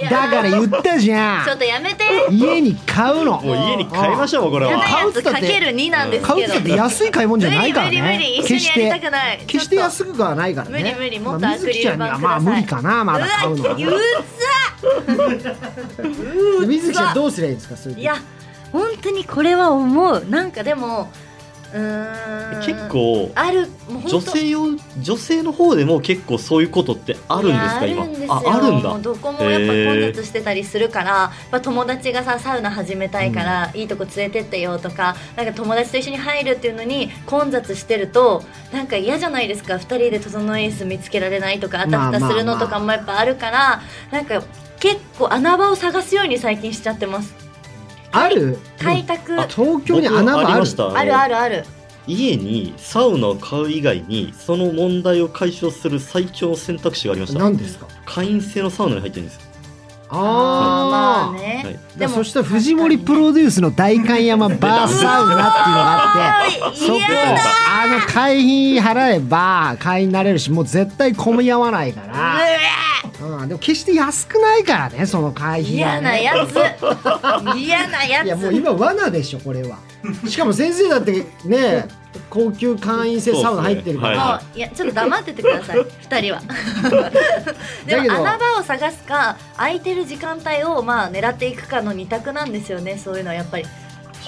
Speaker 2: や
Speaker 1: だから言ったじゃ
Speaker 2: ちょっ
Speaker 1: ん
Speaker 2: とやめて
Speaker 1: 家に買うの
Speaker 3: もう家に買いましょう、これ
Speaker 2: や
Speaker 3: は。
Speaker 2: な
Speaker 1: 買
Speaker 2: や
Speaker 1: う
Speaker 2: つ
Speaker 1: 人だ
Speaker 2: か
Speaker 1: って
Speaker 2: ける2なんです
Speaker 1: 買う
Speaker 2: け
Speaker 1: っ
Speaker 2: ど
Speaker 1: てだって安い買い物じゃないから
Speaker 2: 無理無
Speaker 1: ね
Speaker 2: 理無理
Speaker 1: 決
Speaker 2: 一
Speaker 1: し
Speaker 2: 緒にやりた
Speaker 1: て
Speaker 2: くない
Speaker 1: 決して
Speaker 2: ちょっ
Speaker 1: 安くはないからね
Speaker 2: 無理無理もっと
Speaker 1: まあ
Speaker 2: アクリル
Speaker 1: 水木ち
Speaker 2: 板
Speaker 1: ゃんには
Speaker 2: くだ
Speaker 1: ま
Speaker 2: さ
Speaker 1: あ
Speaker 2: い
Speaker 1: 無理かなまだ買うの
Speaker 2: とうわ
Speaker 1: は
Speaker 2: 憂 鬱
Speaker 1: 水木ちゃんどうすりゃいいんですかそういう時
Speaker 2: いや本当にこれは思うなんかでもうーん
Speaker 3: 結構、
Speaker 2: あるもう本当
Speaker 3: 女性用、女性の方でも結構そういうことってあるんですか、
Speaker 2: いやあ
Speaker 3: 今
Speaker 2: るんです。よ
Speaker 3: あ、あるん
Speaker 2: もう
Speaker 3: だ。
Speaker 2: どこもやっぱ混雑してたりするから、やっぱ友達がさサウナ始めたいから、いいとこ連れてってよとかなんか友達と一緒に入るっていうのに混雑してるとなんか嫌じゃないですか2人で整い椅子見つけられないとかあたふたするのとかもやっぱあるから、なんか結構穴場を探すように最近しちゃってます
Speaker 1: ある
Speaker 2: 開拓、
Speaker 3: あ
Speaker 1: 東京に穴
Speaker 3: 僕
Speaker 1: 場
Speaker 3: あ
Speaker 1: あ
Speaker 3: り
Speaker 1: る
Speaker 3: ました。
Speaker 2: あるあるある
Speaker 3: 家にサウナを買う以外に、その問題を解消する最強の選択肢がありました。
Speaker 1: 何ですか
Speaker 3: 会員制のサウナに入ってるんですよ。
Speaker 1: あ
Speaker 2: まあ
Speaker 1: ー
Speaker 2: ね、
Speaker 3: はい
Speaker 1: でもそしたら藤森プロデュースの代官山バーサウナっていうのがあ って
Speaker 2: あ
Speaker 1: そこ
Speaker 2: 嫌
Speaker 1: あの会費払えば会員になれるしもう絶対混み合わないから、うん、でも決して安くないからねその会費は
Speaker 2: 嫌な
Speaker 1: ね
Speaker 2: やつ嫌なやつ
Speaker 1: いやもう今罠でしょこれ はしかも先生だってね高級会員制サウナ入ってるから、
Speaker 2: もういやちょっと黙っててく ださい二人はで
Speaker 1: だけ
Speaker 2: も
Speaker 1: ど
Speaker 2: 穴場を探すか空いてる時間帯をまあ狙っていくかの二択なんですよねそういうのはやっぱり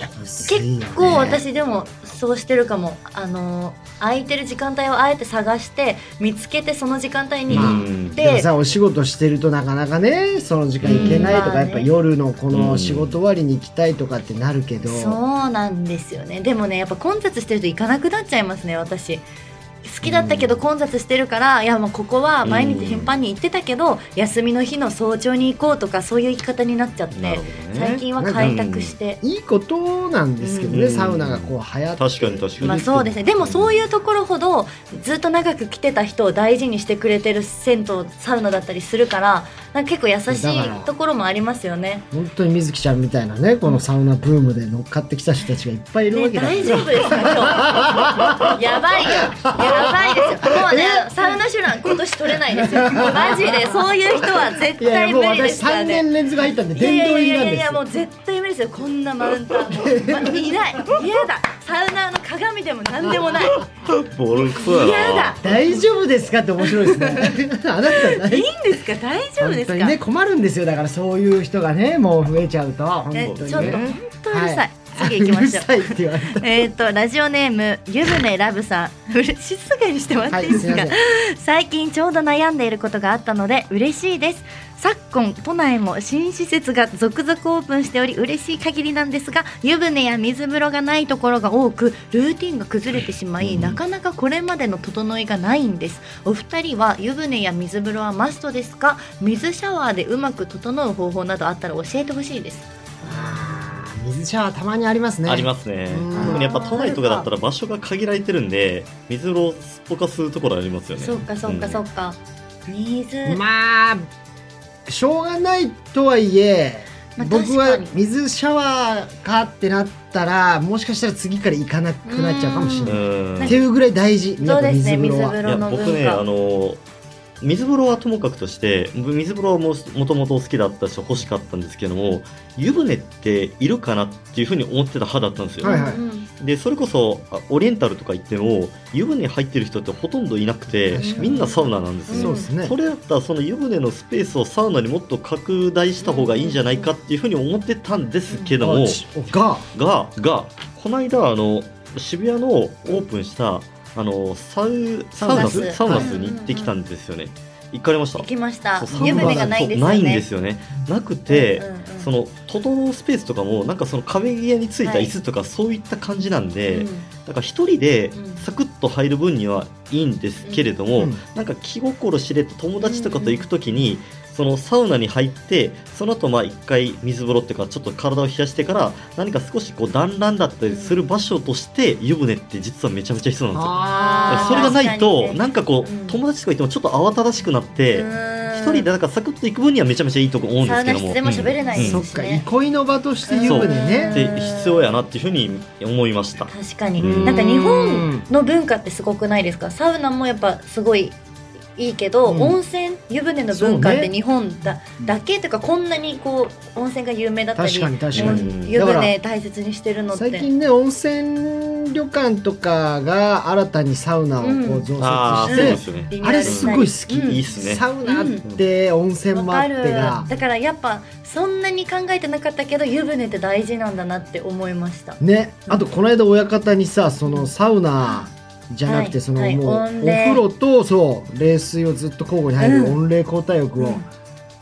Speaker 2: 結構私でもそうしてるかもあのー空いてる時間帯をあえて探して見つけてその時間帯に行っ
Speaker 3: ん
Speaker 1: でも
Speaker 2: て、
Speaker 1: さお仕事してるとなかなかねその時間行けないと
Speaker 2: うん
Speaker 1: か
Speaker 2: まあ
Speaker 1: や
Speaker 2: ね
Speaker 1: っぱ夜のこ
Speaker 3: う
Speaker 1: の
Speaker 3: ん
Speaker 1: 仕事終わりに行きたいとかってなるけど、
Speaker 2: そうなんですよねでもねやっぱ混雑してると行かなくなっちゃいますね私好きだったけど混雑してるから、いやもうここは毎日頻繁に行ってたけど、休みの日の早朝に行こうとかそういう行き方になっちゃって、
Speaker 3: なるほどね。
Speaker 2: 最近は開拓して、
Speaker 1: いいことなんですけどね、
Speaker 3: うん
Speaker 1: サウナがこう流行って
Speaker 3: 確かに確かに
Speaker 2: まあそうですねでもそういうところほどずっと長く来てた人を大事にしてくれてる銭湯サウナだったりするからなんか結構優し
Speaker 1: だから
Speaker 2: いところもありますよね。
Speaker 1: 本当に水木ちゃんみたいなねこのサウナブームで乗っかってきた人たちがいっぱいいるわ
Speaker 2: ね、
Speaker 1: けだから、
Speaker 2: 大丈夫ですか 今日やばいよやばいですよもうねサウナシュラン今年取れないですよマジでそういう人は絶
Speaker 1: いやい
Speaker 2: 対
Speaker 1: やも
Speaker 2: 無
Speaker 1: う
Speaker 2: 理で
Speaker 1: 私
Speaker 2: すから
Speaker 1: 3
Speaker 2: ね
Speaker 1: 年連続入ったんで
Speaker 2: いやい
Speaker 1: 殿堂
Speaker 2: やい
Speaker 1: 入りなんです
Speaker 2: やいやいやもう
Speaker 1: よ
Speaker 2: 絶対無理ですよこんなマウンターもう、まいない嫌だサウナーの鏡でも何でもない
Speaker 3: ボロクソやな
Speaker 2: 嫌だ
Speaker 1: 大丈夫ですかって面白いですね あなた
Speaker 2: いい
Speaker 1: 大
Speaker 2: んですか大丈夫で
Speaker 1: 本
Speaker 2: すか
Speaker 1: 当にね困るんですよだからそういう人がねもう増えちゃうと本当
Speaker 2: え
Speaker 1: にね
Speaker 2: ちょっと本当うるさい、
Speaker 1: は
Speaker 2: 次行き
Speaker 1: う
Speaker 2: ましょう
Speaker 1: るさいって言われ
Speaker 2: えっとラジオネーム湯船ラブさんうれ静かにしても
Speaker 1: た
Speaker 2: ら
Speaker 1: は
Speaker 2: ってい
Speaker 1: い
Speaker 2: いです
Speaker 1: い
Speaker 2: す
Speaker 1: ま
Speaker 2: か、
Speaker 1: せん
Speaker 2: 最近ちょうど悩んでいることがあったので嬉しいです昨今都内も新施設が続々オープンしており嬉しい限りなんですが湯船や水風呂がないところが多くルーティンが崩れてしまいなかなかこれまでの整いがないんですお二人は湯船や水風呂はマストですか水シャワーでうまく整う方法などあったら教えてほしいです
Speaker 1: あー水シャワーたまにありますね
Speaker 3: ありますね
Speaker 1: うん
Speaker 3: 特にやっぱ都内とかだったら場所が限られてるんで水風呂をすっぽかするところありますよね
Speaker 2: そうかそうかそう
Speaker 3: か、
Speaker 2: か水、
Speaker 1: まあしょうがないとはいえ、
Speaker 2: まあ
Speaker 1: 僕
Speaker 2: 確
Speaker 1: は
Speaker 2: かに
Speaker 1: 水シャワーかってなったらもしかしたら次から行かなくなっちゃうかもしれな
Speaker 3: う
Speaker 1: い。
Speaker 3: ん
Speaker 1: っていうぐらい大事。
Speaker 2: そうですね
Speaker 1: やっぱ
Speaker 2: 水
Speaker 1: 水風呂は
Speaker 2: 風
Speaker 3: いや
Speaker 2: 呂の文化、
Speaker 3: 僕ねあの水風呂はともかくとして水風呂はもうもともと好きだったし欲しかったんですけども湯船っているかなっていうふうに思ってた派だったんですよ、
Speaker 1: はいはい
Speaker 2: うんうん
Speaker 3: でそれこそあオリエンタルとか行っても湯船入ってる人ってほとんどいなくて
Speaker 1: 確か
Speaker 3: み
Speaker 1: に
Speaker 3: んなサウナなんですよ、
Speaker 1: そうですね
Speaker 3: そ。れだったらその湯船のスペースをサウナにもっと拡大した方がいいんじゃないかっていうふうに思ってたんですけども、
Speaker 1: あちが
Speaker 3: ががこの間あの渋谷のオープンしたあのサウサ
Speaker 2: サウ
Speaker 3: ウナ
Speaker 2: ナ
Speaker 3: ス
Speaker 2: ス
Speaker 3: サウナスに行ってきたんですよね、行かれました
Speaker 2: 行きました
Speaker 3: そうサウナ
Speaker 2: 湯船がないですよね
Speaker 3: そうないんですよねなくて、
Speaker 2: うんうん
Speaker 3: その整うスペースとかもなんかその壁際についた椅子とかそういった感じなんで、
Speaker 2: うん
Speaker 3: だから一人で
Speaker 2: うん
Speaker 3: サクッと入る分にはいいんですけれども、
Speaker 1: うん
Speaker 3: なんか気心知れた友達とかと行く時に、そのサウナに入ってその後まあ一回水風呂っていうかちょっと体を冷やしてから何か少しこう団らんだったりする場所として湯船って実はめちゃめちゃ必要なんですよ。
Speaker 2: あー
Speaker 3: それがない
Speaker 2: 確か
Speaker 3: と
Speaker 2: にね
Speaker 3: なんかこ
Speaker 2: うん
Speaker 3: う友達とかいてもちょっと慌ただしくなって。一人でなんかサクッと行く分にはめちゃめちゃいいとこ思うんで
Speaker 2: サウ
Speaker 3: すけ
Speaker 2: ナ
Speaker 3: ども
Speaker 2: 室でも喋れないです
Speaker 1: そ
Speaker 2: ね、
Speaker 1: っか憩いの場として湯船
Speaker 2: うん
Speaker 1: ね
Speaker 3: で必要やなっていうふうに思いました
Speaker 2: 確かに、
Speaker 3: うん
Speaker 2: なんか日本の文化ってすごくないですかサウナもやっぱすごいいいけど、
Speaker 1: うん
Speaker 2: 温泉湯船の文化っ
Speaker 1: そう
Speaker 2: て
Speaker 1: ね
Speaker 2: 日本だ,、だけというかこんなにこう温泉が有名だったり
Speaker 1: 確かに確
Speaker 3: かに
Speaker 2: うん湯
Speaker 1: だから
Speaker 2: 船大切にしてるのって
Speaker 1: 最近ね温泉旅館とかが新たにサウナをこ
Speaker 2: う
Speaker 1: うん増
Speaker 3: ああ
Speaker 1: 設し
Speaker 3: そ
Speaker 1: て、
Speaker 3: うですよね
Speaker 2: リニュー
Speaker 1: あ
Speaker 2: ア
Speaker 1: れ
Speaker 2: ル
Speaker 1: す
Speaker 2: したり
Speaker 1: ごい好き、
Speaker 2: うん
Speaker 3: いいっすね
Speaker 1: サウナあって、温泉も
Speaker 2: わ
Speaker 1: あ
Speaker 2: か
Speaker 1: って
Speaker 2: る
Speaker 1: が
Speaker 2: だからやっぱそんなに考えてなかったけど湯船って大事なんだなって思いました
Speaker 1: ねあとこの間親方にさそのサウナじゃなく
Speaker 2: は
Speaker 1: て
Speaker 2: い
Speaker 1: その
Speaker 2: はい
Speaker 1: もうお
Speaker 2: 温冷
Speaker 1: 風呂とそう冷水をずっと交互に入る
Speaker 2: う
Speaker 1: 温冷交代浴
Speaker 2: う
Speaker 1: を
Speaker 2: ん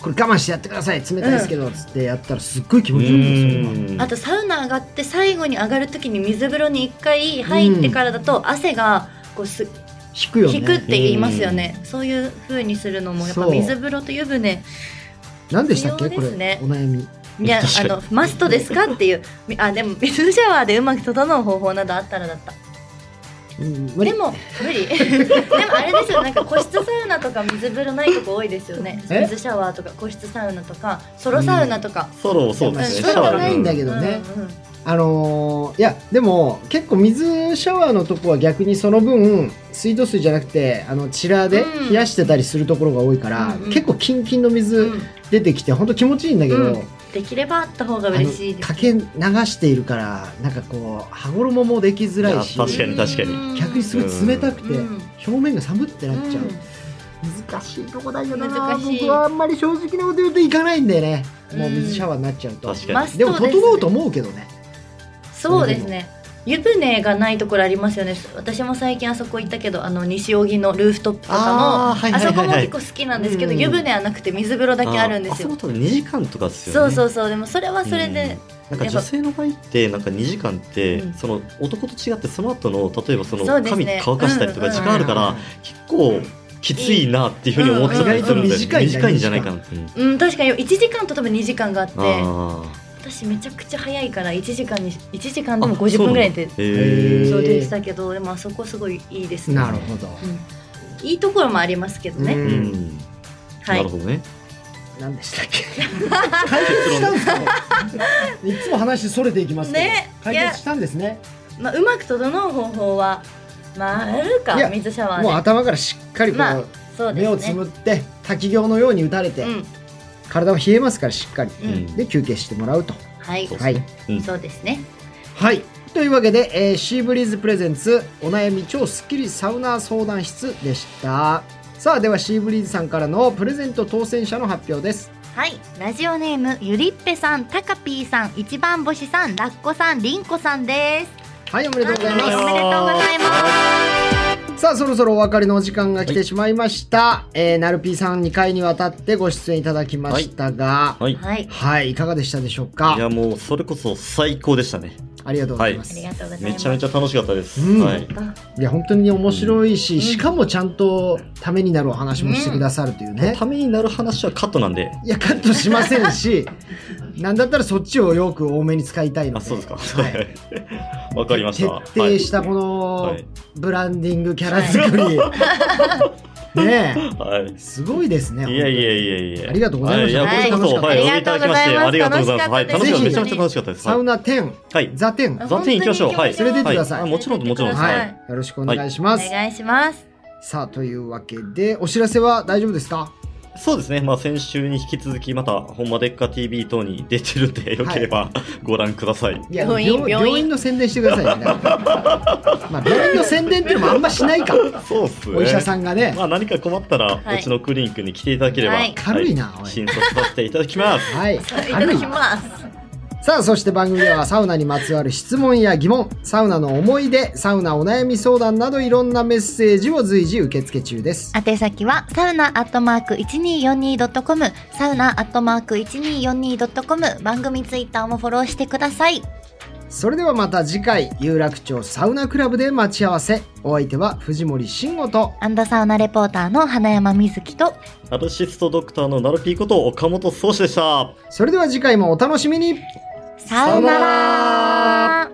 Speaker 1: これ我慢してやってください冷たいですけどつってやったらすっごい気持ちよいんですよ
Speaker 3: うん
Speaker 2: あとサウナ上がって最後に上がる時に水風呂に1回入ってからだと汗がこうす
Speaker 1: 引くよ
Speaker 2: 引く
Speaker 1: ね
Speaker 2: って言いますよね、そういう風にするのもやっぱ
Speaker 1: そう
Speaker 2: 水風呂と湯船
Speaker 1: 何でしたっけ
Speaker 2: 必
Speaker 1: こ
Speaker 2: 要
Speaker 1: れ
Speaker 2: で
Speaker 1: お
Speaker 2: すね
Speaker 1: 悩み
Speaker 2: いやあ
Speaker 3: 確か
Speaker 2: のマストですかっていうみあでも水シャワーでうまく整う方法などあったらだった
Speaker 1: うん無理
Speaker 2: でも無理でもあれですよなんか個室サウナとか水風呂ないとこ多いですよね
Speaker 1: え
Speaker 2: 水シャワーとか個室サウナとかソロサウナとか、
Speaker 3: ソロそう
Speaker 1: ま
Speaker 3: で
Speaker 1: あ
Speaker 3: す
Speaker 1: 仕
Speaker 3: ね
Speaker 1: 方ないんだ
Speaker 3: ど
Speaker 1: けどね
Speaker 2: うんうん
Speaker 1: あのーいやでも結構水シャワーのとこは逆にその分水道水じゃなくてあのチラーで
Speaker 2: うん
Speaker 1: 冷やしてたりするところが多いから、
Speaker 2: うんうん
Speaker 1: 結構キンキンの水、
Speaker 2: うん
Speaker 1: 出てきて本当気持ちいいんだけど、
Speaker 2: うんできればあった方が
Speaker 1: あ
Speaker 2: 嬉しい
Speaker 1: の
Speaker 2: です
Speaker 1: かけ流しているからなんかこう歯衣もできづらいし
Speaker 3: いや確かに確かに
Speaker 2: うん
Speaker 1: 逆にすごい冷たくて、
Speaker 2: うん
Speaker 1: 表面が寒ってなっちゃう、
Speaker 2: うん
Speaker 1: 難しいとこだよな
Speaker 2: 難しい
Speaker 1: 僕はあんまり正直なこと言うといかないんだよねもう
Speaker 2: うん
Speaker 1: 水シャワーになっちゃうと、
Speaker 3: 確かに
Speaker 2: マスト
Speaker 1: でも
Speaker 2: すね
Speaker 1: 整うと思うけどね
Speaker 2: そうですね。湯船がないところありますよね。私も最近あそこ行ったけど、あの西荻のルーフトップとかの、
Speaker 3: あ
Speaker 2: あ
Speaker 3: ーはいはいはい
Speaker 2: そこも
Speaker 3: はい
Speaker 2: 結構好きなんですけど、
Speaker 1: うん
Speaker 2: 湯船はなくて水風呂だけあるんですよ
Speaker 3: あ。そうだ2時間とかですよ
Speaker 2: そ
Speaker 3: ね
Speaker 2: うそうそう、でもそれはそれで、
Speaker 3: なんか女性の場合ってなんか2時間って、
Speaker 2: うん
Speaker 3: その男と違ってその後の例えばその
Speaker 2: そうですね
Speaker 3: 髪乾かしたりとか時間あるから、結構きついなっていうふうに思ってたりする
Speaker 1: うんう
Speaker 3: んで、
Speaker 1: んうん意外と短いんだ
Speaker 3: 短いんじゃないかなって、うん
Speaker 2: うん、確かに1時間と多分2時間があって、
Speaker 3: あ
Speaker 2: 私めちゃくちゃ早いから1時間に1時間
Speaker 3: ー
Speaker 2: でも50分ぐらいで
Speaker 3: あそうなんだへー
Speaker 1: そう
Speaker 2: 想
Speaker 1: なんだ
Speaker 2: 定したけど、でもあそこすごいいいですね。
Speaker 1: なるほど、
Speaker 2: うんいいところもありますけどね。
Speaker 1: う
Speaker 3: うんん
Speaker 2: は
Speaker 3: ないる。ほどね
Speaker 1: 何でしたっけ解決したんですかいつも話それていきますけど、
Speaker 2: ね
Speaker 1: 解決したんですね
Speaker 2: まあうまく整う方法は、まあある
Speaker 1: い
Speaker 2: か
Speaker 1: や
Speaker 2: 水シャワーで。
Speaker 1: もう頭からしっかりこう、
Speaker 2: まあそうですね。
Speaker 1: 目をつむって滝行のように打たれて、
Speaker 2: うん、
Speaker 1: 体は冷えますからしっかり、
Speaker 2: うん
Speaker 3: うん
Speaker 1: で休憩してもらうと
Speaker 2: はい、
Speaker 3: そうです
Speaker 1: はい、
Speaker 3: うん
Speaker 2: そうですね。
Speaker 1: はい、というわけで、えーシーブリーズプレゼンツお悩み超スッキリサウナー相談室でしたさあではシーブリーズさんからのプレゼント当選者の発表です
Speaker 2: はい、ラジオネームゆりっぺさん、たかぴーさん、一番星さん、ラッコさん、りんこさんです。
Speaker 1: はいおめでとうございま
Speaker 2: はいおめでとうございます。
Speaker 1: すさあそろそろお別れのお時間が来てしまいました、えーなるぴーさん2回にわたってご出演いただきましたがはい、
Speaker 3: はい
Speaker 2: はい、
Speaker 1: い、かがでしたでしょう
Speaker 3: い
Speaker 1: か
Speaker 3: やもうそれこそ最高でしたね
Speaker 1: ありがとうございま
Speaker 2: あ
Speaker 1: す、
Speaker 2: りがとうござい
Speaker 3: め
Speaker 2: ます。
Speaker 3: ちゃめちゃ楽しかったです、
Speaker 1: うん
Speaker 3: はい
Speaker 1: いや本当に面白いし、
Speaker 2: ん
Speaker 1: しかもちゃんとためになるお話もしてくださるというね、
Speaker 3: ためになる話はカットなんで
Speaker 1: いやカットしません しなんだったらそっちをよく多めに使いたいの
Speaker 3: あ
Speaker 1: で
Speaker 3: そうです
Speaker 1: は
Speaker 3: かはいい わかりました
Speaker 1: 徹底したこ
Speaker 3: は
Speaker 1: の
Speaker 3: い
Speaker 1: ブランディングキャラ作 り、ね
Speaker 3: はい、はい
Speaker 1: えすごいですね
Speaker 3: いやいや
Speaker 1: 本
Speaker 3: いやいや。
Speaker 1: ありがとうございました
Speaker 3: はやこちらこそ、
Speaker 1: は
Speaker 3: はいい、お呼びいただきまして、
Speaker 2: あ
Speaker 3: あ
Speaker 2: り
Speaker 3: り
Speaker 2: が
Speaker 3: が
Speaker 2: とう
Speaker 3: とう
Speaker 2: ご
Speaker 3: ご
Speaker 2: ざ
Speaker 3: ざ
Speaker 2: い
Speaker 3: い
Speaker 2: ま
Speaker 3: ますす。はい、楽しかったです。めちゃめちゃ楽しかったで
Speaker 1: 当に
Speaker 3: す。
Speaker 1: サウ
Speaker 3: は
Speaker 1: ナ10
Speaker 3: い。
Speaker 1: ザ10、
Speaker 2: あ
Speaker 3: ザテン行きましょうはい
Speaker 1: 連れてってください
Speaker 3: はいもちろんもちろん
Speaker 2: は
Speaker 1: はいい。よろしくお願いします、
Speaker 2: お願いします。
Speaker 1: さあというわけでお知らせは大丈夫ですか
Speaker 3: そうですね。まあ、先週に引き続き、また、ほんまでっか TV 等に出てるんで、よければご覧ください。
Speaker 1: いや
Speaker 2: 病院病院
Speaker 1: の宣伝してくださいねだ からまあ病院の宣伝っていうのもあんましないか
Speaker 3: そうっすね。
Speaker 1: お医者さんがね
Speaker 3: まあ、何か困ったら、
Speaker 2: はいう
Speaker 3: ちのクリニックに来ていただければ、
Speaker 2: は
Speaker 3: はいい、
Speaker 1: 軽いなおい
Speaker 3: 診察させていただきます。
Speaker 1: はい
Speaker 2: いただきます。
Speaker 1: さあそして番組ではサウナにまつわる質問や疑問サウナの思い出サウナお悩み相談などいろんなメッセージを随時受付中です
Speaker 2: 宛先はサウナアットマーク 1242.com サウナアットマーク 1242.com 番組ツイッターもフォローしてください
Speaker 1: それではまた次回有楽町サウナクラブで待ち合わせお相手は藤森慎吾と
Speaker 2: アンドサウナレポーターの花山瑞希と
Speaker 3: ナルシストドクターのナルピーこと岡本壮志でした。
Speaker 1: それでは次回もお楽しみに
Speaker 2: さよなら